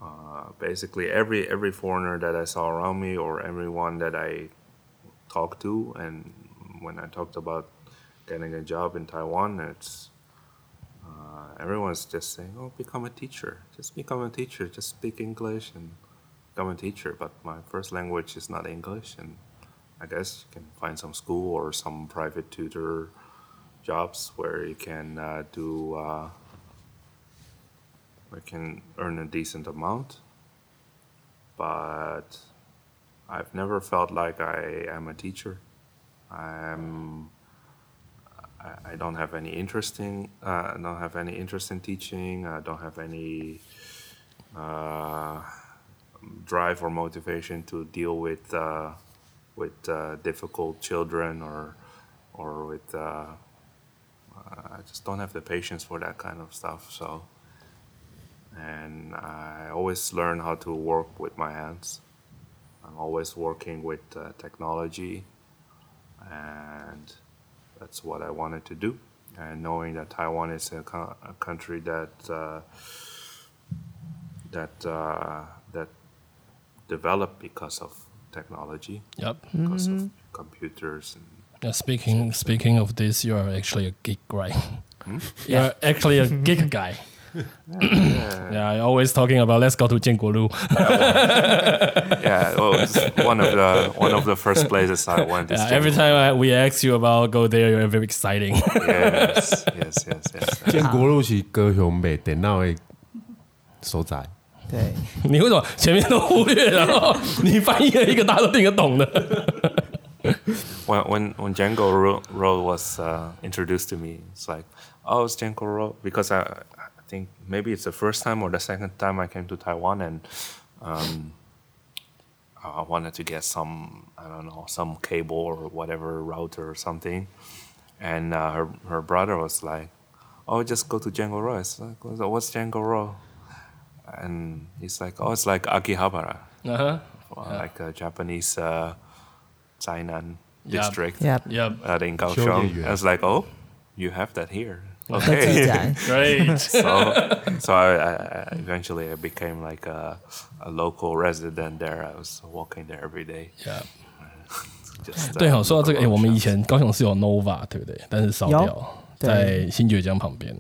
uh, basically every every foreigner that I saw around me or everyone that I talked to, and when I talked about getting a job in Taiwan, it's uh, everyone's just saying, "Oh, become a teacher. Just become a teacher. Just speak English and become a teacher." But my first language is not English, and I guess you can find some school or some private tutor jobs where you can uh, do. Uh, we can earn a decent amount. But I've never felt like I am a teacher. I'm. I, I don't have any interesting. Uh, I don't have any interest in teaching. I don't have any uh, drive or motivation to deal with uh, with uh, difficult children or or with. Uh, I just don't have the patience for that kind of stuff. So and I always learn how to work with my hands. I'm always working with uh, technology, and that's what I wanted to do. And knowing that Taiwan is a, co- a country that uh, that uh, that developed because of technology,
Yep.
because of computers and
Yeah, speaking speaking of this, you are actually a geek, right? You're actually a geek guy. yeah, I always talking about let's go to Jianguolu.
yeah, well, it's one of the one of the first places I went. is
Yeah, every
Japan.
time I, we ask you about go there, you're very exciting.
Yes, yes, yes, yes.
建国路是高雄卖电脑的所在，
对，
你为什么前面都忽略，然后你翻译了一个大家都听得懂的？
when when when Django Ro- Roll was uh, introduced to me, it's like, oh, it's Django Roll because I, I think maybe it's the first time or the second time I came to Taiwan and um, I wanted to get some I don't know some cable or whatever router or something, and uh, her her brother was like, oh, just go to Django Roll. It's like, what's what's Django Roll? And he's like, oh, it's like Akihabara,
嗯哼
or like a Japanese uh, Zainan
Yeah.
district
yeah，
，Yep,
at in
Shoyu,
Kaohsiung.
yeah.
I was like, oh, you have that here.
在自己
Okay.
宅，
great.
so so I, I, I eventually I became like a, a local resident there. I was walking there every day.
Yeah.
Just, uh,
对哦，说到这个，哎，
local
我们以
shops.
前高雄是有 Nova，对不对？但是烧
有
掉，
对哦
在新爵江旁边。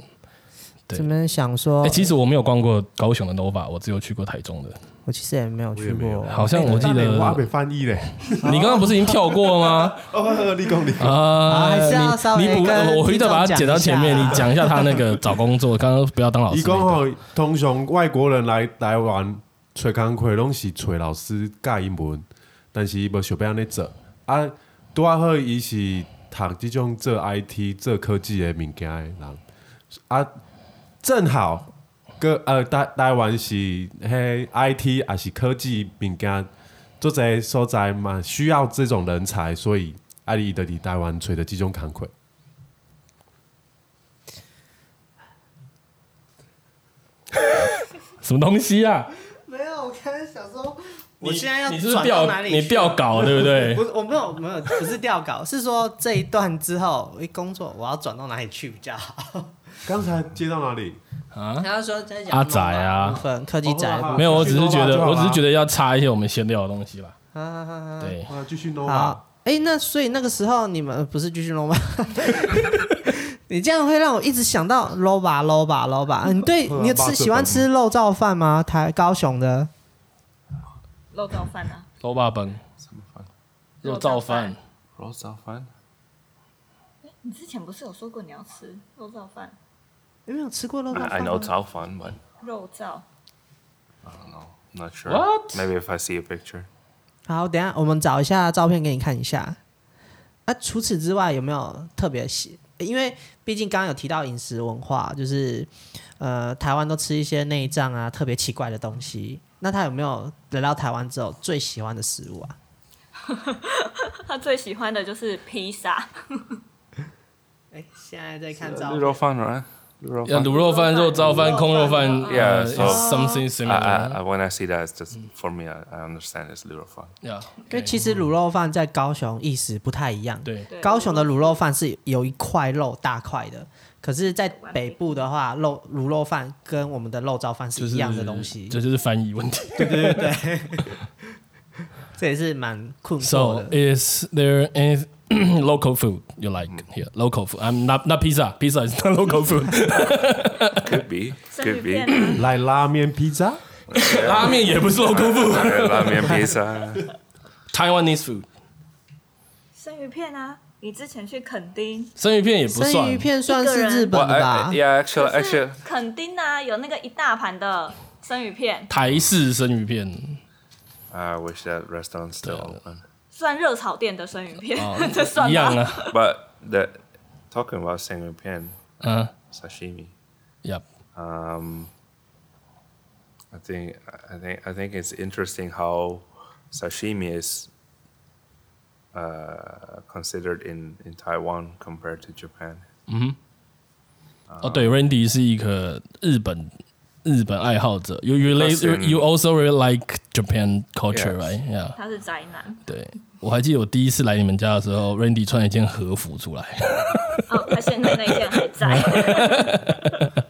对
这边想说
哎，，其实我没有逛过高雄的 Nova，我只有去过台中的。
我其实也没有去过，
好像我记
哎我还
得
没翻译嘞。
你刚刚不是已经跳过吗？
哦，你讲你讲，
啊，
还是要稍微
你你补，
跟
我回去再把它
听众
剪到前面，
讲一
你
下
讲一下他那个找工作，刚刚不要当老
伊
师
讲
那个。
吼，通常外国人来台湾找工课，拢是找老师教英文，但是伊无想要安尼做。啊，拄啊好伊是读即种做 IT、做科技的物件的人，啊，正好个呃台台湾是迄 IT 也是科技物件，做在所在嘛需要这种人才，所以啊伊就伫台湾找着即种工课。
什么东西啊？
没有，我刚才想说，
你
我现在要
你是不是
转到哪
掉
里？
你掉稿对 不对
欸
不？是，我没有没有，不是调稿，是说这一段之后，一工作我要转到哪里去比较好。
刚才接到哪里？啊
然后说在讲
阿宅啊
部分科技宅的部分
没有，我只是觉
去 Nova 就
得，
好
我
啦
只是觉得要插一些我们闲聊的东西啦。
啊哈哈
对，
啊，继续弄吧。
好，哎，那所以那个时候你们呃不是继续 l 吗？ 你这样会让我一直想到 low 吧 low 吧 low 吧。你对
会啊
你
八
吃
字
喜欢
本
吃肉燥饭吗？台高雄的
肉燥饭啊，
肉霸崩、肉燥饭，
rolls are fun.
你之前不是有说过你要吃肉燥饭？
有没有吃过肉燥
I,
哎
I
饭
know
吗？
it's all fun, but
肉燥，
I don't know. I'm not sure.
What?
Maybe if I see a picture.
好，等一下我们找一下照片给你看一下。啊，除此之外有没有特别喜？因为毕竟刚刚有提到饮食文化，就是呃，台湾都吃一些内脏啊，特别奇怪的东西。那他有没有来到台湾之后最喜欢的食物啊？
他最喜欢的就是披萨，
哎，现在在看
Uh, little fun, right? Little
要
fun.
卤肉饭、肉燥饭、空肉饭
Yeah,
呃
so- 啊
it's，something
I, I,
similar。
I, when I see that, it's just for me. I, I understand it's little fun.
Yeah，
因为其实卤肉饭在高雄意思不太一样。
对
对
高雄的卤肉饭是有一块肉大块的，可是，在北部的话，肉卤肉饭跟我们的肉燥饭是
就是
一样的东西，
这就是翻译问题。
这也是蛮困惑
So
的。
is there any local food you like here? Local food. I'm not not pizza. Pizza is not local food.
Could be.
生鱼
Could be.
片啊，
来拉面、披萨，
拉面也不是 local food.
Ramen pizza.
Taiwanese food.
生鱼片啊，你之前去垦丁，
生鱼片也不
生
算
鱼。片算是日本
Well,
的
I,
吧？
yeah, actually,
可是
呃 actually,
垦丁啊有那个一大盘的生鱼片，
台式生鱼片
I wish that restaurant's still open.
算热炒店的生鱼片，
哦
这算
一样
吗？
啊，
But that talking about singer pen
嗯
sashimi.
，Yep，
Um, I think I think I think it's interesting how sashimi is uh, considered in, in Taiwan compared to Japan.
哦对，Randy 是一个日本日本爱好者，you you like you- you also really like Japan culture
Yes.
right? Yeah，
他是宅男
对我还记得我第一次来你们家的时候，Randy 穿了一件和服出来，
哦，他现在那一件还 在。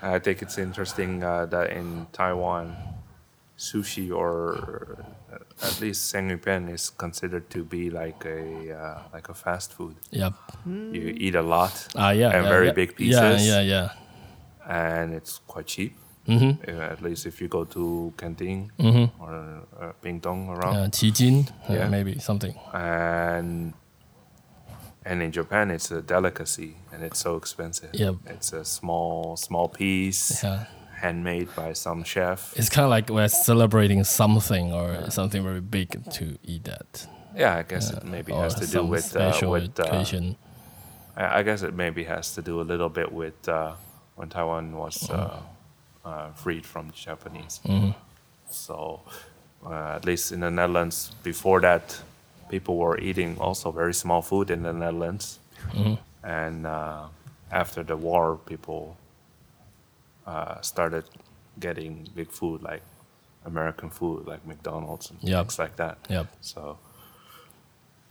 I think it's interesting uh, that in Taiwan, sushi or uh, at least sengyupan is considered to be like a uh, like a fast food.
Yep，
You eat a lot
啊 Ah, yeah，
and very big
Yeah
pieces
yeah Mm-hmm. yeah。
and it's quite cheap. Uh, at least if you go to Canteen
Mm-hmm.
or uh, Pingdong around.
呃，奇经、呃
Yeah.
maybe something，
and and in Japan it's a delicacy and it's so expensive.
Yep.
It's a small small piece
Yeah.
handmade by some chef.
it's kind of like we're celebrating something or something very big to eat that,
yeah, I guess it maybe
or
has to do
some
with uh,
special
with uh,
occasion.
I I guess it maybe has to do a little bit with uh, when Taiwan was uh, uh, freed from Japanese. So uh, at least in the Netherlands before that people were eating also very small food in the Netherlands. and uh, after the war, people uh, started getting big food like American food, like McDonald's and
Yep.
things like that.
Yep.
So,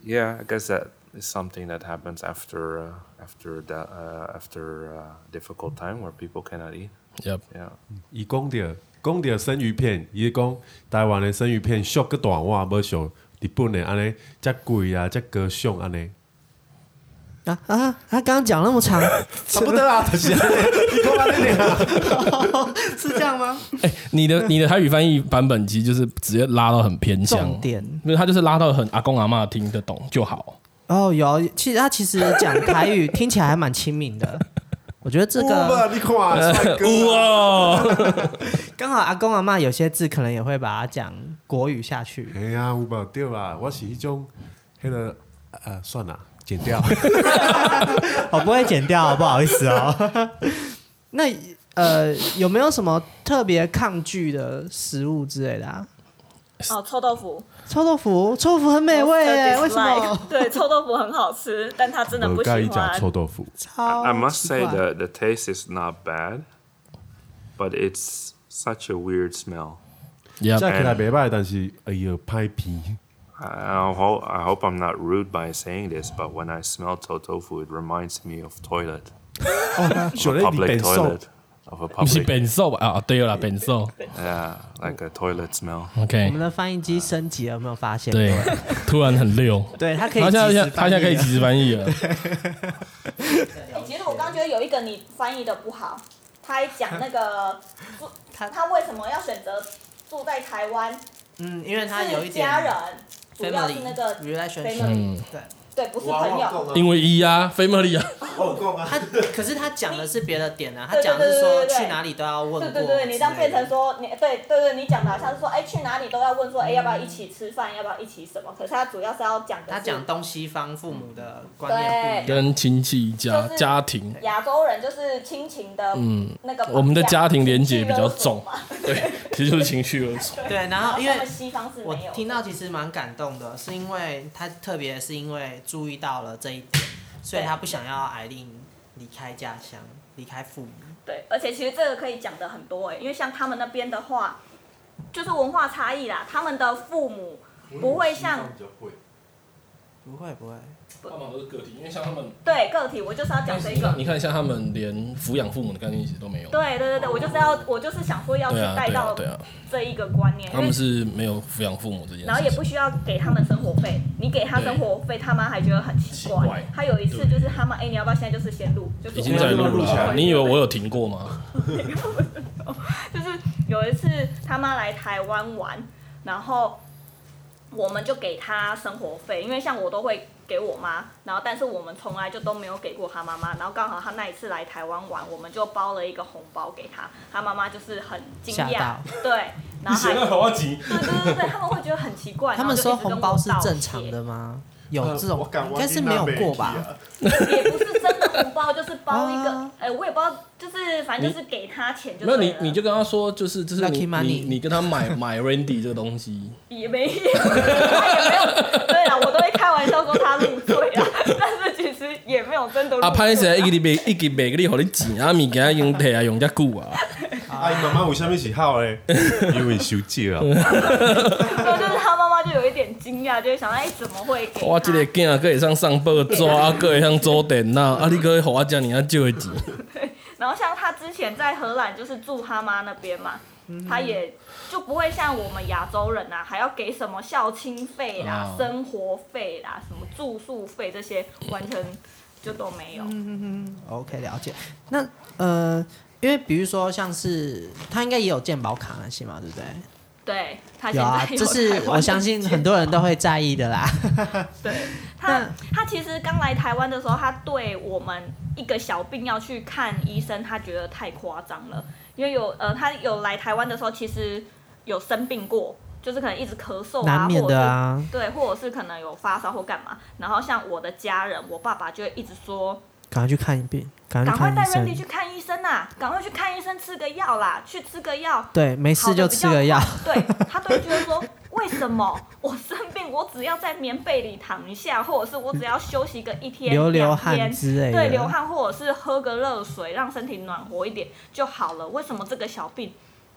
yeah, I guess that is something that happens after uh, after the, uh, after uh, difficult time where people cannot eat.
Yep.
Yeah,
伊讲着讲着生鱼片，伊讲台湾的生鱼片俗个大碗，无像日本的安尼，遮贵啊，遮高尚安尼。
啊啊！他刚刚讲那么长，
差不多啊，就是安尼，伊讲安尼尔。
是这样吗？
哎、你的你的台语翻译版本其实就是直接拉到很偏向
重点
因为他就是拉到很阿公阿妈听得懂就 好。
哦，有，其实他其实讲台语听起来还蛮亲民 的。我觉得这
有
个
嘛你看，帅哥啊
哇，
刚好阿公阿妈有些字可能也会把它讲国语下去。
嘿啊，有无对啦，我是迄种迄个呃，算啦，剪掉。
我哦不会剪掉，不好意思哦。 那呃，有没有什么特别抗拒的食物之类的啊？
哦，臭豆腐，
臭豆腐，臭豆腐很美味耶，
Monster
为什
dislike
么？
对，臭豆腐很好吃，但他真的不
我
喜
介意食
欢。
臭豆腐，
超
I must
奇
say
怪
the the taste is not bad, but it's such a weird smell.
食
Yep.
起来袂歹，但是哎呦，歹片。
I hope, I hope I'm not rude by saying this, but when I smell toe tofu, it reminds me of toilet,
想
a
咧你
public
变瘦，
toilet, of a
不是
public,
本寿吧？啊，对了啦，本寿。
yeah, like a toilet smell.
我
OK，
们的翻译机升级了，有没有发现？
哎对，突然很溜。
对，它可以
他现在
及时
他现在可以
翻
及
译啊
时翻 译了。
哎其实我刚觉得有一个你翻译的不好，他还讲 那个住他他为什么要选择住在台湾，
嗯，因为它有一
是
点
家人，主要是那个
family relationship，
family，
嗯
对。
对，不是朋友。
因为一啊，family 啊，
他可是他讲的是别的点啊，他
对
讲的是
对
说
对对对
去哪里都要问
对
过。
对对，你这样变成。说你对对对，你讲的好像是说哎去哪里都要问说哎要不要一起吃饭，要不要一起什么？可是他主要是要讲的
他
是
讲东西方父母的观念不一样，
跟亲戚家
就是
家庭。
亚洲人就是亲情的那个绑架，
我们的家庭连结
结
比较重，对，其实就是情绪勒 索。
对，然后因
他
为
们西方是
我
没有的。
听到其实蛮感动的，是因为他特别是因为注意到了这一点，所以他不想要艾琳离开家乡，离开父母。
对，而且其实这个可以讲的很多哎、因为像他们那边的话，就是文化
嗯
差异啦，他们的父母不会像
不会不会，
他们都是个体，因为像他们，
对个体，我就是要讲这
你
个
看，。你看像他们连抚养父母的概念其实都没有。
对对对对，我就是要，我就是想说要去
对啊，
带
对啊，
到
对啊，
这一个观念，
他们是没有抚养父母这件事情。
然后也不需要给他们生活费，你给他生活费，他妈还觉得很奇
奇
怪
怪。
他有一次就是他妈，哎，你要不要现在就是先录？就是
已经在录了啊。你以为我有停过吗？
就是有一次他妈来台湾玩，然后我们就给他生活费，因为像我都会给我妈，然后但是我们从来就都没有给过他妈妈，然后刚好他那一次来台湾玩，我们就包了一个红包给他，他妈妈就是很惊
吓
讶
到，
对，然后还
好要急。
对对对对，他们会觉得很奇怪，
他们
然后就
收
一直跟
红包是
我道
正常
歉，
的吗？有这
呃我
种
感
应该是没有过
啊
吧？？
也不是真的红包，就是包一个，哎
啊、
我也不知道，就是反正就是给他钱
没
就对
有
了，
你，你就跟他说，就是就是
Lucky
你
money
你你跟他买买 Randy 这个东西，
也没，他也没有。对啦，我都会开玩笑说他入赘 啦，但是其实也没有真的入
啊，拍起
罪
来一个每一个每个你好你钱，啊，物件用摕啊用遮久啊，
阿姨妈妈有啥物喜好咧？ 因为收借啊，
对，就是他妈妈就有一点惊讶，就会想，哎、怎么会给他？
我这个囝可以上上报纸啊，可以上做电脑，啊，你可以给我遮尔啊少的钱，
然后像他之前在荷兰就是住他妈那边嘛，他也就不会像我们亚洲人啊，还要给什么校庆费
哦
啦、生活费啦、什么住宿费这些，完全就都没有。
OK，了解。那呃，因为比如说像是他应该也有健保卡那些嘛， 对不对？
对他现
有
在
啊，这
台
是
湾的
我相信很多人都会在意的啦。
对他，他其实刚来台湾的时候，他对我们一个小病要去看医生，他觉得太夸张了。因为有呃，他有来台湾的时候，其实有生病过，就是可能一直咳嗽啊，
难免的啊
或者是对，或者是可能有发烧或干嘛。然后像我的家人，我爸爸就会一直说，
赶快去看一遍，赶快
赶
去
快
看
带
医
Randy 去
生。
看医生啊，赶快去看医生，吃个药啦，去吃个药，
对，没
好
事
的
就
比
吃
较
个药。
快对他都会觉得说，为什么我生病，我只要在棉被里躺一下，或者是我只要休息个一天、
流流
两
汗
天，
之类的，
对，流汗或者是喝个热水，让身体暖和一点就好了。为什么这个小病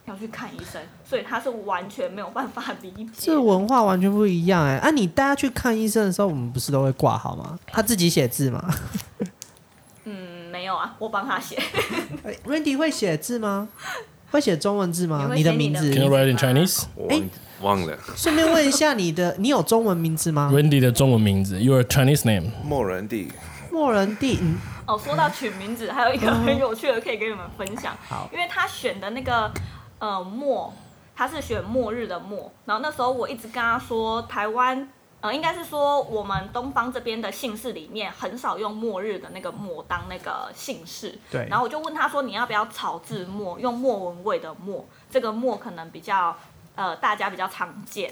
要去看医生？所以他是完全没有办法理解
这。文化完全不一样哎、啊，你带他去看医生的时候，我们不是都会挂号吗？他自己写字吗
嗯，没有啊，我帮他写。
哎？Randy 会写字吗？会写中文字
你
吗？
会
你的
写你
名
的
字
名
Can。you write in Chinese?
忘忘了
顺便问一下，你的你有中文名字吗？
Randy 的中文名字，Your Chinese name，
莫人地，
莫人弟，嗯，
哦，说到取名字，还有一个很有趣的可以跟你们分享。
好
因为他选的那个呃末，他是选末日的末。然后那时候我一直跟他说，台湾呃应该是说我们东方这边的姓氏里面很少用末日的那个末当那个姓氏。
对
然后我就问他说，你要不要草字末，用莫文蔚的莫，这个莫可能比较呃大家比较常见。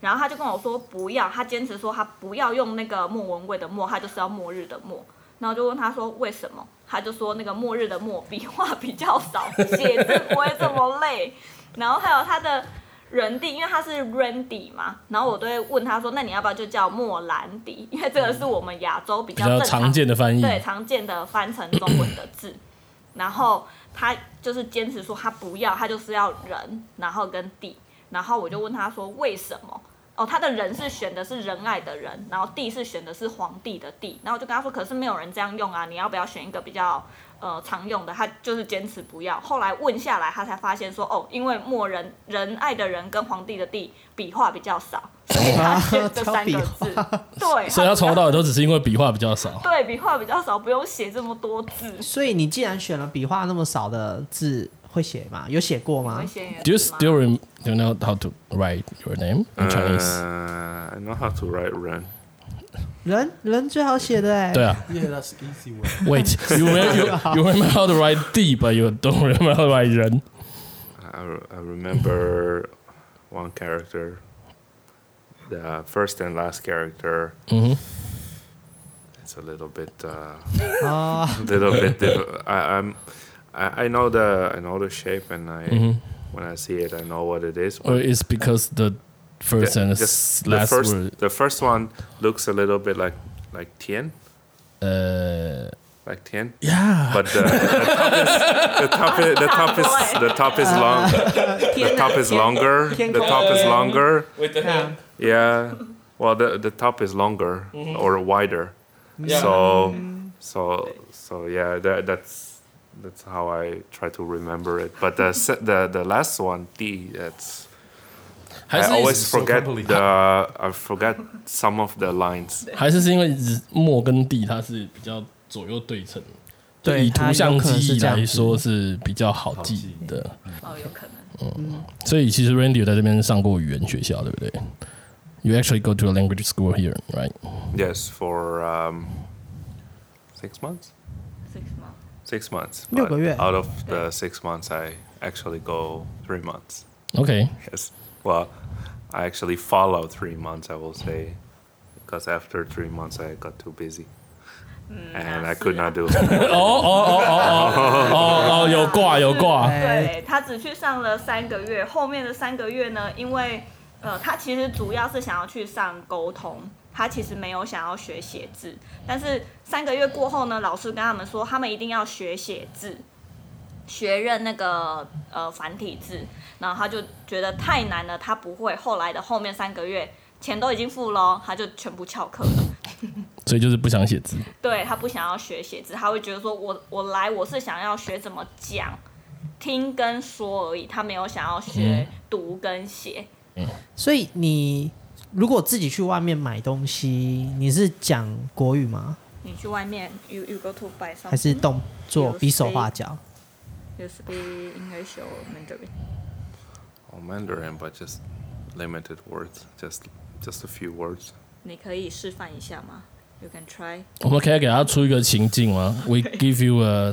然后他就跟我说不要，他坚持说他不要用那个莫文蔚的莫，他就是要末日的末。然后就问他说为什么，他就说那个末日的末笔画比较少，写字不会这么累。然后还有他的人地，因为他是 Randy 嘛，然后我都会问他说，那你要不要就叫莫兰迪？因为这个是我们亚洲比
比
较
较
正
常见的翻译。
对常见的翻成中文的字。然后他就是坚持说他不要，他就是要人，然后跟地。然后我就问他说为什么？哦，他的人是选的是仁爱的人，然后地是选的是皇帝的帝。然后我就跟他说，可是没有人这样用啊，你要不要选一个比较呃常用的？他就是坚持不要。后来问下来，他才发现说，哦，因为默人仁爱的人跟皇帝的帝笔画比较少，所
嗯
以
啊
他选这三个字。对，
所以他从头
比较
到尾都只是因为笔画比较少。
对笔画比较少，不用写这么多 字。
所以你既然选了笔画那么少的字，会写吗？有写过吗
危？险也
Do you
是吗哦
still rem- do you know how to write your name in Chinese？
呃，I Uh, know how to write run，
人人最好写的
呃
哎、
对啊。
Yeah, that's easy one.
Wait, you remember, you, you remember how to write D, but you don't remember how to write 人。
I, re- I remember one character, the first and last character.
嗯哼
It's a little bit, uh,
哦，
little bit. Diff- I, I'm, I, I know the, I know the shape, and I,
嗯哼。
when I see it, I know what it is.
Or it's because the first
The-
and
just
s- Oh, last
the first,
word.
the first one looks a little bit like, like Tien,
Uh,
like Tien.
yeah.
But the, the top is, the top is, the top is, the top is long. The top is longer.
Tien
The top is
Kong.
longer.
With the
hand.
Yeah. Well, the the top is longer or wider.
Mm-hmm. Yeah.
So, so, so yeah, that, that's that's how I try to remember it. But the se- the the last one, D, that's
还
I
是
always
so
forget
complicated.
the I forget some of the lines.
还是是因为墨跟地它是比较左右对称，
对
以图
它有
像记忆
可能是这样
来
子
说是比较好记的。
哦，有可能。
所以其实 Randy 有在这边上过语言学校，对不对？You actually go to a language school here, right?
Yes, for um, six months.
Six months.
Six months.
Yo,
but
but yeah.
Out of the six months, I actually go three months.
OK，
Yes. Well, I actually follow three months, I will say, because after three months, I got too busy. And I could not do
哦哦，有挂有挂，
对他只去上了三个月，后面的三个月呢，因为呃，他其实主要是想要去上沟通，他其实没有想要学写字。但是三个月过后呢，老师跟他们说，他们一定要学写字，学认那个呃繁体字。然后他就觉得太难了，他不会。后来的后面三个月，钱都已经付喽，他就全部翘课了。
所以就是不想写字。
对他不想要学写字，他会觉得说我我来我是想要学怎么讲、听跟说而已，他没有想要
嗯
学读跟写。
所以你如果自己去外面买东西，你是讲国语吗？
你去外面，you you go to buy
还是
something，
动作
有
比手画
谁
脚？
you speak English or Mandarin。
or Oh, Mandarin, but just limited words, just just a few words.
你可以示范一下吗？You can try。
我们可以给他出一个情境吗？We give you a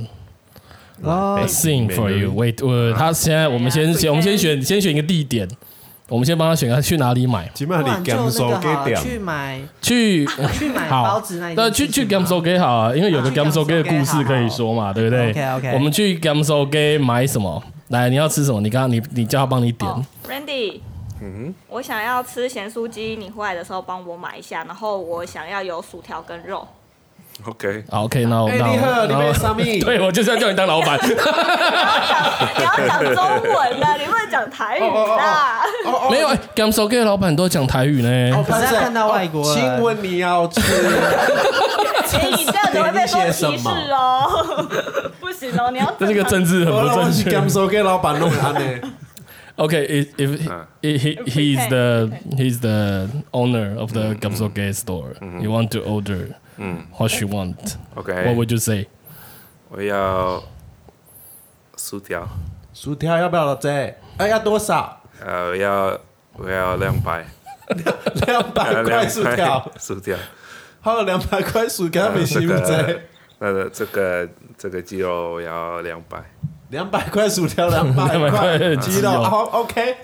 哦
嗯
a，thing for you. Wait，呃，他现在我们先先我们先选先选一个地点，我们先帮他选他去哪里买，
起
不
码
然
你
就
甘
那
肃
个好
给
了，
点，
去买
去
去买
好
包子那一件
那
事
去去
情
g a m s o Gay 好啊，因为有个
啊
g a m s o Gay 的故
Gamso
事
Gay
可以说嘛，对不对
OK，OK
我们去 g a m s o Gay 买什么？来，你要吃什么？你刚刚你你叫他帮你点。
哦、r a n d y 我想要吃咸酥鸡，你回来的时候帮我买一下。然后我想要有薯条跟肉。
Okay.
好，OK，那我
哎
那我
你好你
那我
买啥 物
对，我就是要叫你当老 板。
你要讲中文啦，你不能讲台语啦。
没有，Gam 哎 s o Gay 老板都讲台语
哦
呢。
可是他看到外国人
亲吻你要吃，
哎，你这样子会被说歧视哦， 不行哦，你要
这是个政治很不
我
正
是
确。
甘肃给老板弄安呢。
Okay, if if he, he he's
Okay,
the he's the owner of the g a m s o Gay store, you want to order what you want?
Okay.
What would you say?
我要薯条，
薯条要不要这？哎，要多少？
Uh, 呃，我要我要两百，
两
Oh,
Uh,
百块薯条， 还有两百块薯条，
Uh,
没行不在。
薯条，那个这个这个鸡肉我要两百。
两百块薯条，两百块鸡肉，好 OK。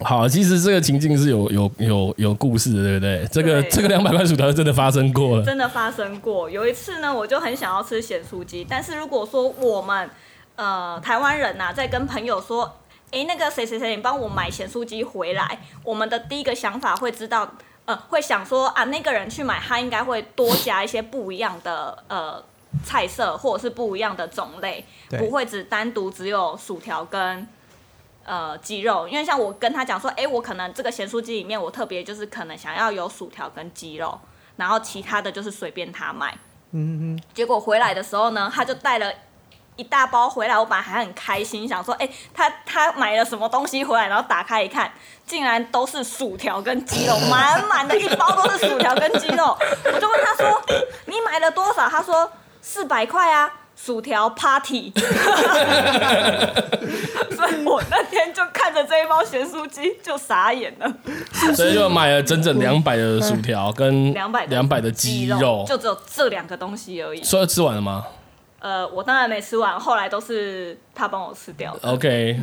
好，其实这个情境是有有有有故事的，对不对？这个
对
这个两百块薯条是真的发生过了。
真的发生过。有一次呢，我就很想要吃咸酥鸡，但是如果说我们呃台湾人呐、在跟朋友说，诶，那个谁谁谁，你帮我买咸酥鸡回来，我们的第一个想法会知道，呃，会想说啊，那个人去买，他应该会多加一些不一样的呃菜色，或者是不一样的种类，
对
不会只单独只有薯条跟。呃，鸡肉，因为像我跟他讲说，诶，我可能这个咸酥鸡里面，我特别就是可能想要有薯条跟鸡肉，然后其他的就是随便他买。嗯哼。结果回来的时候呢，他就带了一大包回来，我本来还很开心，想说，哎、他他买了什么东西回来，然后打开一看，竟然都是薯条跟鸡肉，满满的一包都是薯条跟鸡肉。 我就问他说，你买了多少？他说四百块啊。薯条 party，所以我那天就看着这一包咸酥鸡就傻眼了。
所以就买了整整两百的薯条跟
两百
两百的鸡肉，
就只有这两个东西而已。
所以吃完了吗
呃，我当然没吃完，后来都是他帮我吃掉的。
？OK，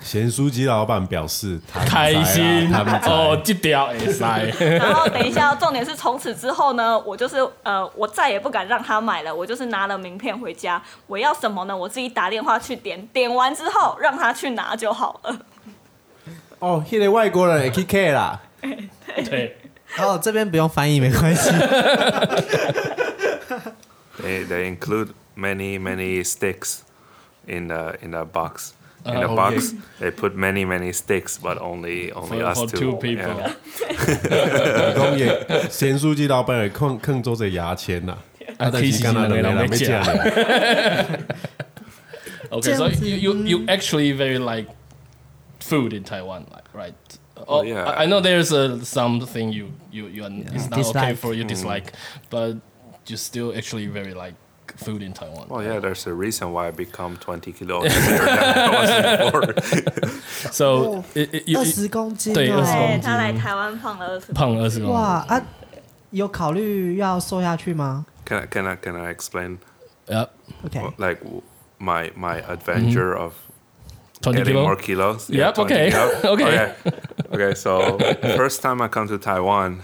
咸酥鸡老板表示
开心
啊他们
哦，这条也塞。
然后等一下，重点是从此之后呢，我就是呃，我再也不敢让他买了，我就是拿了名片回家，我要什么呢？我自己打电话去点，点完之后让他去拿就好了。
哦，那个外国人也去 K 啦。
对，
哦，这边不用翻译没关系。
They they include many many sticks in the in the box. in
Uh,
a box. They put many many sticks, but only only
For,
us
for two
two.
people，、
Yeah.
讲也，咸书记老板会坑坑做者牙签呐，
啊，
但是干 那两个人没
这
见
样
了。
Okay, so you, you you actually very like food in Taiwan, like right? Oh,
yeah.
I, I know there's a, something you you you are, it's not okay
Dislike.
for
Mm.
you dislike, but you still actually very like food in Taiwan.
Well, Oh, yeah, there's a reason why I become 20 kilos heavier than I was before. Oh.
So it, it, you,
二
you
十公斤、哦，
对20公
对
斤
他来台湾胖了二十，
胖二十公
哇啊，有考虑要瘦下去吗
Can I, can I can I explain
yeah,
？OK，
what- like w- my my
Mm-hmm.
adventure of
twenty
adding more
kilo.
kilos?
Yep,
20
okay.
kilo.
Okay.
okay. Okay, So first time I come to Taiwan,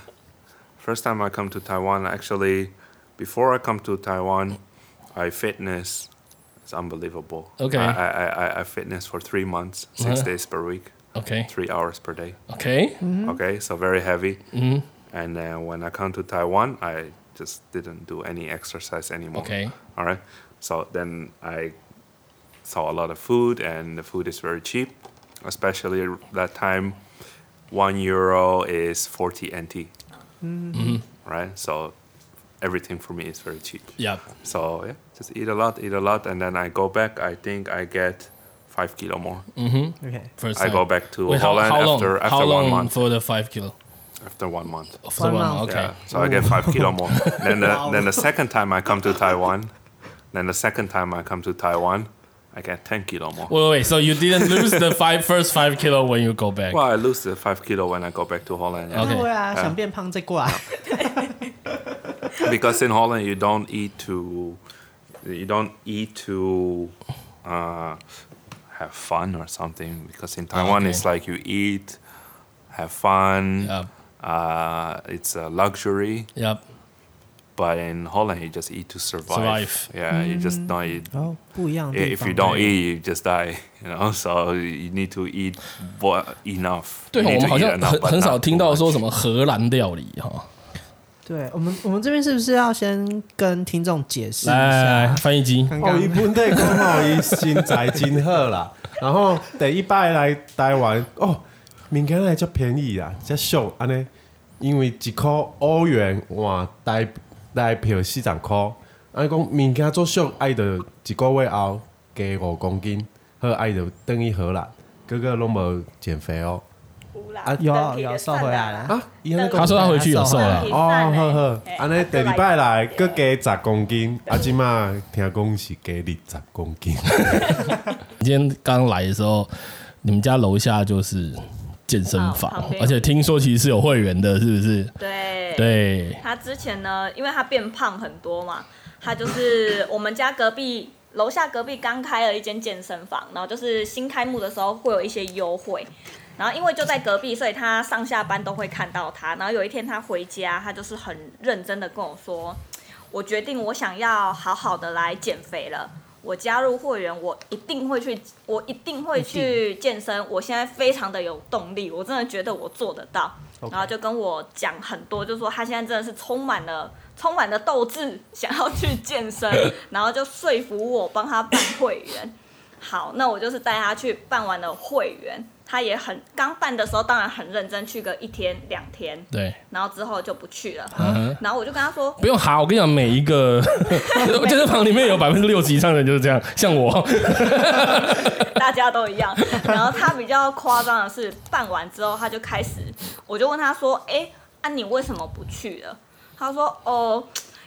first time I come to Taiwan. Actually, before I come to Taiwan, I fitness. It's unbelievable.
Okay.
I I, I- I, I fitness for three months, 6
Uh-huh. Mm-hmm.
days per week,
Okay,
three hours per day.
okay,
Okay, so very heavy.
Mm-hmm.
And uh, when I come to Taiwan, I just didn't do any exercise anymore.
okay.
All right. So then I saw a lot of food, and the food is very cheap, especially r- that time. One euro is 40 NT.
Mm-hmm.
Right. So everything for me is very cheap.
Yeah,
So yeah, just eat a lot, eat a lot, and then I go back. I think I get five kilo more.
OK，
first
I
time.
go back to
Wait, how,
Holland
how long?
after after
how long
one month.
for the five kilo?
After one month.
For
One
one-
month.
Okay.
Yeah, so I get five kilo more. Then the, then the second time I come to Taiwan, then the second time I come to Taiwan, I get ten kilo more. Well,
Wait, wait, wait. So you didn't lose the five first five kilo when you go back.
I lose the five kilo when I go back to Holland. yeah.
那
OK
我啊，想变胖再过来。
Because in Holland you don't eat to, you don't eat to, uh, have fun or something. Because in Taiwan
okay.
it's like you eat, have fun.
Yep.
Uh, it's a luxury.
Yep.
But in Holland you just eat to survive.
Survive. Mm.
Yeah, you just don't eat
哦，不一样的
Yeah,
地
if
方。
you don't eat, you just die. You know, so you need to eat what enough.
对，
You need
我们好
to eat
像
啊
enough,
很
but
很少
not
听
too
到
much.
说什么荷兰料理哈。
对我们，我们这边是不是要先跟听众解释一
来来来，
下？
翻译机，
刚
哦，
刚
伊本地讲吼，伊身材真好啦。然后第一摆来台湾，哦，物件来较便宜啊，较俗安尼，因为一箍欧元换台台票四十箍，安尼讲物件做俗，爱着一个月后加五公斤，好爱着等于荷兰，个个拢无减肥哦。
啦
有有瘦回来了。
啊，伊安尼
他
讲。
说他回去有瘦了。
哦，好好，
哎
啊
安尼第二摆来，搁加十公斤，啊，即马听讲是加二十公 斤。
你今天刚来的时候，你们家楼下就是健身
哦
房
旁，边
而且听说其实是有会员的，是不是？
对。
对，
他之前呢，因为他变胖很多嘛，他就是我们家隔壁楼下隔壁刚开了一间健身房，然后就是新开幕的时候会有一些优惠。然后因为就在隔壁，所以他上下班都会看到他。然后有一天他回家，他就是很认真的跟我说：“我决定我想要好好的来减肥了。我加入会员，我一定会去，我一定会去健身。我现在非常的有动力，我真的觉得我做得到。然后就跟我讲很多，就说他现在真的是充满了充满了斗志，想要去健身，然后就说服我帮他办会员。好，那我就是带他去办完了会员，他也很刚办的时候，当然很认真，去个一天两天，
对，
然后之后就不去了。
嗯，
然后我就跟他说，
不用哈，我跟你讲，每一 个健身房里面有百分之六十以上的人就是这样，像我，
大家都一样。 然后他比较夸张的是，办完之后他就开始，我就问他说：“哎、啊你为什么不去了？”他说：“哦，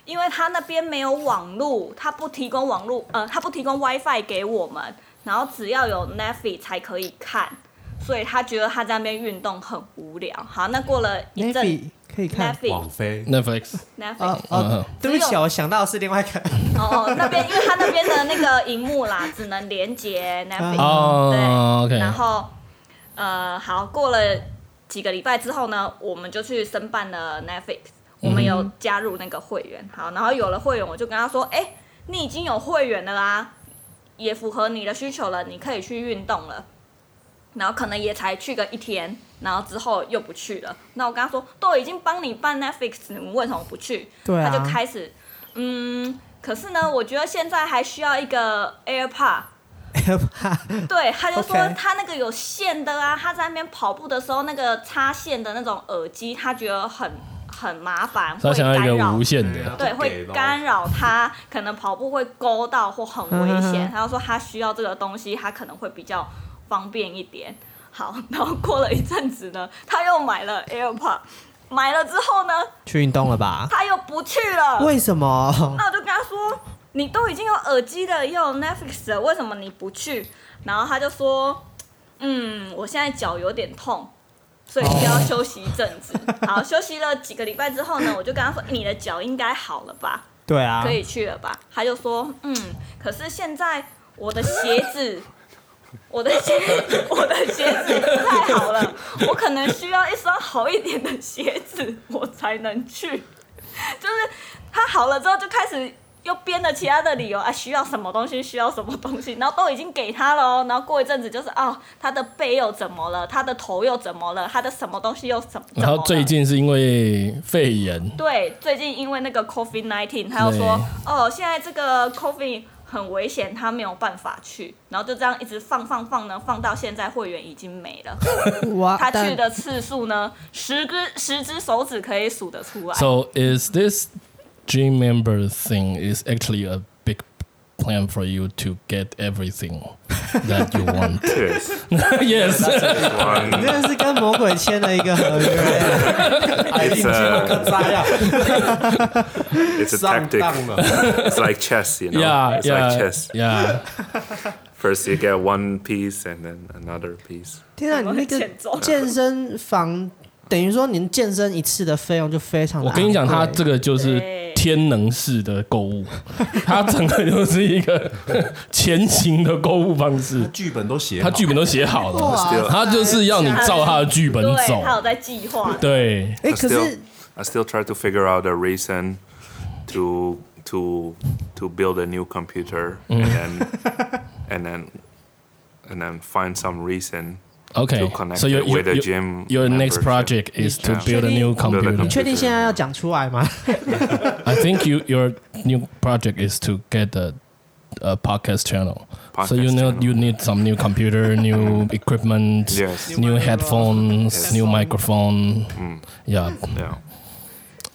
因为他那边没有网络，他不提供网络，呃，他不提供 WiFi 给我们，然后只要有 n e t f l i 才可以看。”所以他觉得他在那边运动很无聊。好，那过了一
n
阵
a v y 可以
n e
看
t。f l i
网飞
Netflix，
n e t f l i
哦
嗯
哦，对不起，我想到的是另外一 个。
哦，哦，那边因为他那边的那个荧幕啦，只能连接
啊
Netflix，、
哦
对
OK
然后呃，好，过了几个礼拜之后呢，我们就去申办了 Netflix，我们有加入那个会
嗯
员，好，然后有了会员，我就跟他说，哎、你已经有会员了啦，也符合你的需求了，你可以去运动了。然后可能也才去个一天，然后之后又不去了。那我跟他说，都已经帮你办 Netflix，你为什么不去？
对啊
他就开始，嗯，可是呢，我觉得现在还需要一个 AirPod。对，他就说
OK
他那个有线的啊，他在那边跑步的时候，那个插线的那种耳机，他觉得很很麻烦，
他
会
想要一
干
个
扰
无。线的，
对，会干扰他，可能跑步会勾到或很危
嗯嗯
险
嗯。
他就说他需要这个东西，他可能会比较方便一点。好，然后过了一阵子呢，他又买了 AirPod，买了之后呢，
去运动了吧？
他又不去了。
为什么？
那我就跟他说，你都已经有耳机了，又有 Netflix 了，为什么你不去？然后他就说，嗯，我现在脚有点痛，所以需要休息一阵子。好，休息了几个礼拜之后呢，我就跟他说，你的脚应该好了吧，
对啊
可，以去了吧？他就说，嗯，可是现在我的鞋子。我的鞋，我的鞋子不太好了，我可能需要一双好一点的鞋子，我才能去。就是他好了之后，就开始又编了其他的理由啊，需要什么东西，需要什么东西，然后都已经给他了哦，然后过一阵子就是哦，他的背又怎么了，他的头又怎么了，他的什么东西又怎么，怎
然
么
后
了
最。近是因为肺炎，
对，最近因为那个 COVID nineteen，他又说哦，现在这个 COVID 很危险，他没有办法去，然后就这样一直放放放呢，放到现在会员已经 没了。
我
他去
但
的次数呢，十只十只手指可以数得出来。
So is this dream member thing is actually a big plan for you to get everything that you want?
Cheers.
yes.
One.
真的是跟魔鬼签了一个合 约，
哎， 你这个渣呀，
It's a
上
tactic.
当 了，
It's like chess, you know.
Yeah.
it's like
Yeah.
chess.
Yeah.
First you get one piece and then another piece.
天啊，你那
欠揍
个健身房。等于说，您健身一次的费用就非常的
我
昂贵。
跟你讲，他这个就是天能式的购 物，他整个就是一个前行的购物方式。
剧本都写好
他
了，
剧本都写好
哇
了，他就是要你照他的剧本走
对，。他有在计划。
对，
Eh,
哎，
I
可是
still, I still try to figure out a reason to to to build a new computer
Mm.
and then and then and then find some reason
Okay.
to connect
So your
it with the
your,
gym.
your next
membership.
project is to
Yeah.
build a new
Build a
computer.
你确定现在要讲出来吗？
I think you your new project is to get a, a podcast channel. so you
Podcast
know
channel.
you need some new computer, new equipment,
Yes.
new headphones,
Yes. Mm.
new microphone. Yeah,
Yeah.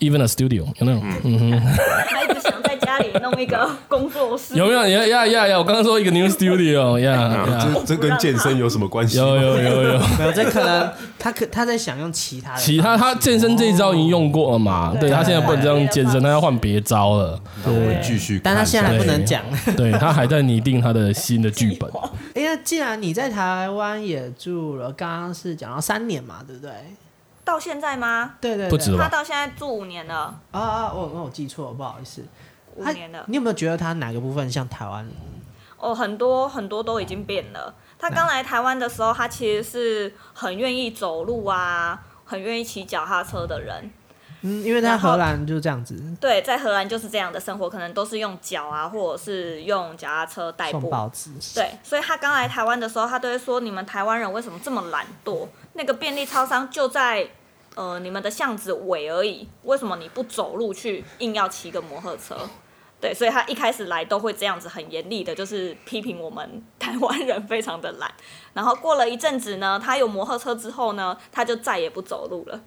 even a studio. You know.
Mm.
他一直想在家里弄一个工 作室。
有没有？Yeah yeah yeah yeah. 我刚刚说一个 new studio. Yeah yeah.
这这跟健身有什么关系？
有有有 有。
没有，这可 能他可他在想用其他的。
其他他健身这一招已经用过了嘛？对他现在不能这样健身，他要换别招了。
会继续看
但他
下去，
现在还不能讲。
对他还在拟定他的新的剧本。
哎呀，既然你在台湾也住了，刚刚是讲到三年嘛，对不对？
到现在吗？
对对对
不止吧
他到现在住五年了，
啊啊，我我我记错，了，不好意思。
五
他
年了。
你有没有觉得他哪个部分像台湾人？
哦，很多很多都已经变了。他刚来台湾的时候，他其实是很愿意走路啊，很愿意骑脚踏车的人。
嗯，因为他
然后
荷兰就是这样子
对，在荷兰就是这样的生活，可能都是用脚啊，或者是用脚踏车代
送
步。
报纸。
对，所以他刚来台湾的时候，他都会说：“你们台湾人为什么这么懒惰？那个便利超商就在呃你们的巷子尾而已，为什么你不走路去，硬要骑个摩托车？”对，所以他一开始来都会这样子很严厉的，就是批评我们 台湾人非常的懒。然后过了一阵子呢，他有摩托车之后呢，他就再也不走路了。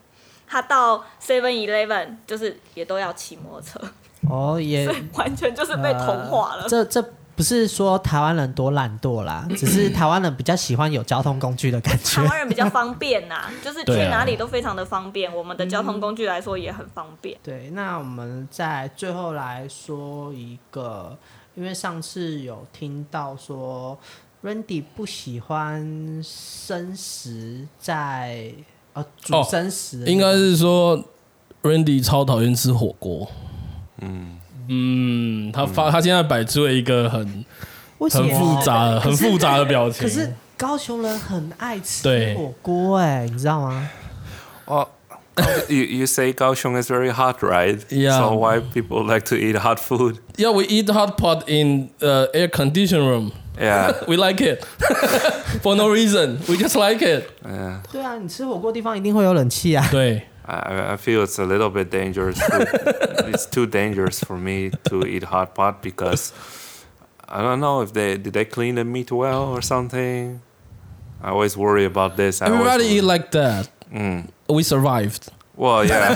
他到 Seven Eleven 就是也都要骑摩托车，
哦，也
所以完全就是被同化了。
呃这这不是说台湾人多懒惰 啦，只是台湾人比较喜欢有交通工具的感觉
台。湾人比较方便呐、就是去
对啊
哪里都非常的方便。我们的交通工具来说也很方便。
对，那我们在最后来说一个，因为上次有听到说 Randy 不喜欢生食在呃煮
哦
生食的那个、
应该是说，Randy 超讨厌吃火锅。嗯嗯，他发他现在摆出了一个很
为什
很
么
复杂的、
哦可
很
是
复杂的表情。
可是高雄人很爱吃
对
火锅哎、你知道吗？
Well, you, you say Kaohsiung is very hot, right?
Yeah.
So why people like to eat hot food?
Yeah, we eat hot pot in uh, air conditioned room.
Yeah.
We like it for no reason. We just like it.
对啊，你吃火锅地方一定会有冷气啊。
对
I, I feel it's a little bit dangerous. to- it's too dangerous for me to eat hot pot because I don't know if they did they clean the meat well or something. I always worry about this. I always
Everybody eat
worry- Mm.
like that. We survived.
Well, yeah.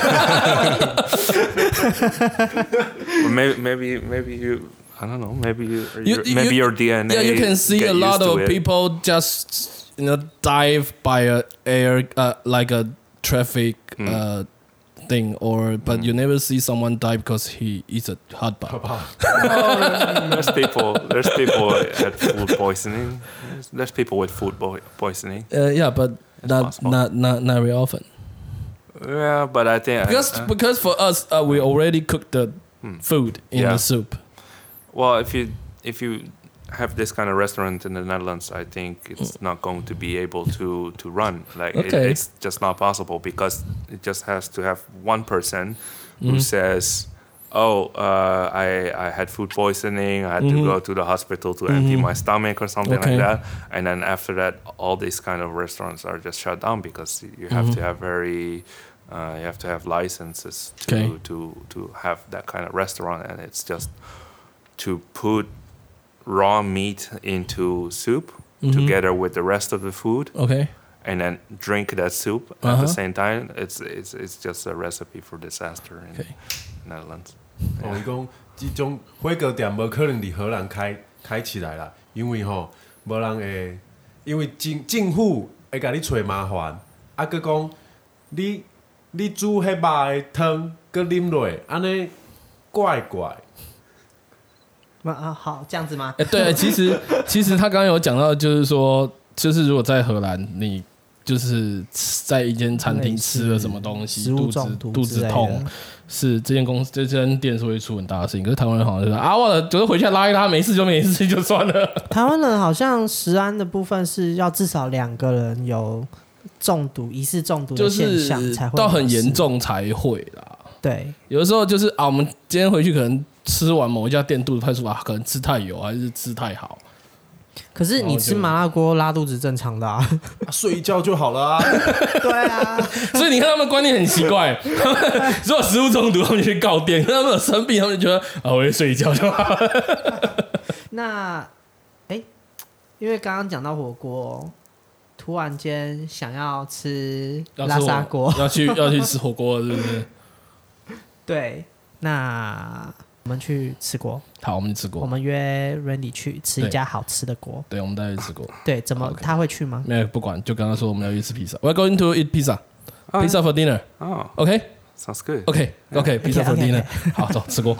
Or maybe, maybe, maybe you. I don't know. Maybe you.
You-
your- maybe
you-
your DNA.
Yeah, you can see
get
a lot
used to
of
it.
people just you know dive by a air uh, like a traffic
Hmm.
uh, thing, or but you never see someone die because he eats a hot dog.
There's people. There's people at food poisoning. There's, there's people with food po- poisoning.
Uh, yeah, but not,
possible.
not not not very often
Yeah, but I think
because
uh, Hmm.
because for us uh, we already cooked the food in
Yeah.
the soup.
Well, if you if you have this kind of restaurant in the Netherlands, I think it's not going to be able to to run. Like it,
Mm. Okay.
it's just not possible because it just has to have one person
Mm-hmm.
who says, "Oh, uh, I I had food poisoning. I had to go to the hospital to empty my stomach or something
Mm-hmm. Okay.
like that." And then after that, all these kind of restaurants are just shut down because you have
Mm-hmm.
to have very uh, you have to have licenses to
Okay.
to to have that kind of restaurant, and it's just to put raw meat into soup
Mm-hmm.
together with the rest of the food
Okay,
and then drink that soup at
Uh-huh.
the same time it's it's it's just a recipe for disaster in
Okay.
Netherlands
哦，伊讲即种火锅店无可能伫荷兰开开起来啦，因为吼无人会，因为政政府会甲你找麻烦，啊，佮讲你你煮迄肉的汤，佮啉落，安尼怪怪。
那 啊，好，这样子吗？
哎、Eh, 对， 其实其实他刚刚有讲到，就是说，就是如果在荷兰，你就是在一间餐厅吃了什么东西，
食
肚
物
子
中毒
肚
之
子
类的
痛，是这间公司这间店是会出很大的事情。可是台湾人好像就是啊，忘了，就是回去拉一拉，没事就没事就算了。
台湾人好像食安的部分是要至少两个人有中毒、疑似中毒
就
的现
是
象才会
到很严
有事。
重才会啦。
对，
有的时候就是啊，我们今天回去可能吃完某一家店，肚子太舒服啊，可能吃太油啊还是吃太好。
可是你吃麻辣锅拉肚子正常的啊。
啊睡一觉就好了啊！
对啊，
所以你看他们观念很奇怪， 他们如果食物中毒，他们就去告店；可是他们有生病，他们就觉得啊，我就睡一觉就好。
那哎、因为刚刚讲到火锅，突然间想要吃 拉沙锅，
要去要去吃火锅，是不是？
对，那我们去吃锅，
好，我们去吃
我
锅，
们约 Randy 去吃一家好吃的锅。
对，我们待会吃锅。
对，怎么他会去吗？
没有不管，就跟他说我们要去吃披萨。We're going to eat pizza. Pizza for dinner.
oh
OK
sounds good
OK OK. Pizza for
OK，OK，OK
dinner. 好，走吃锅。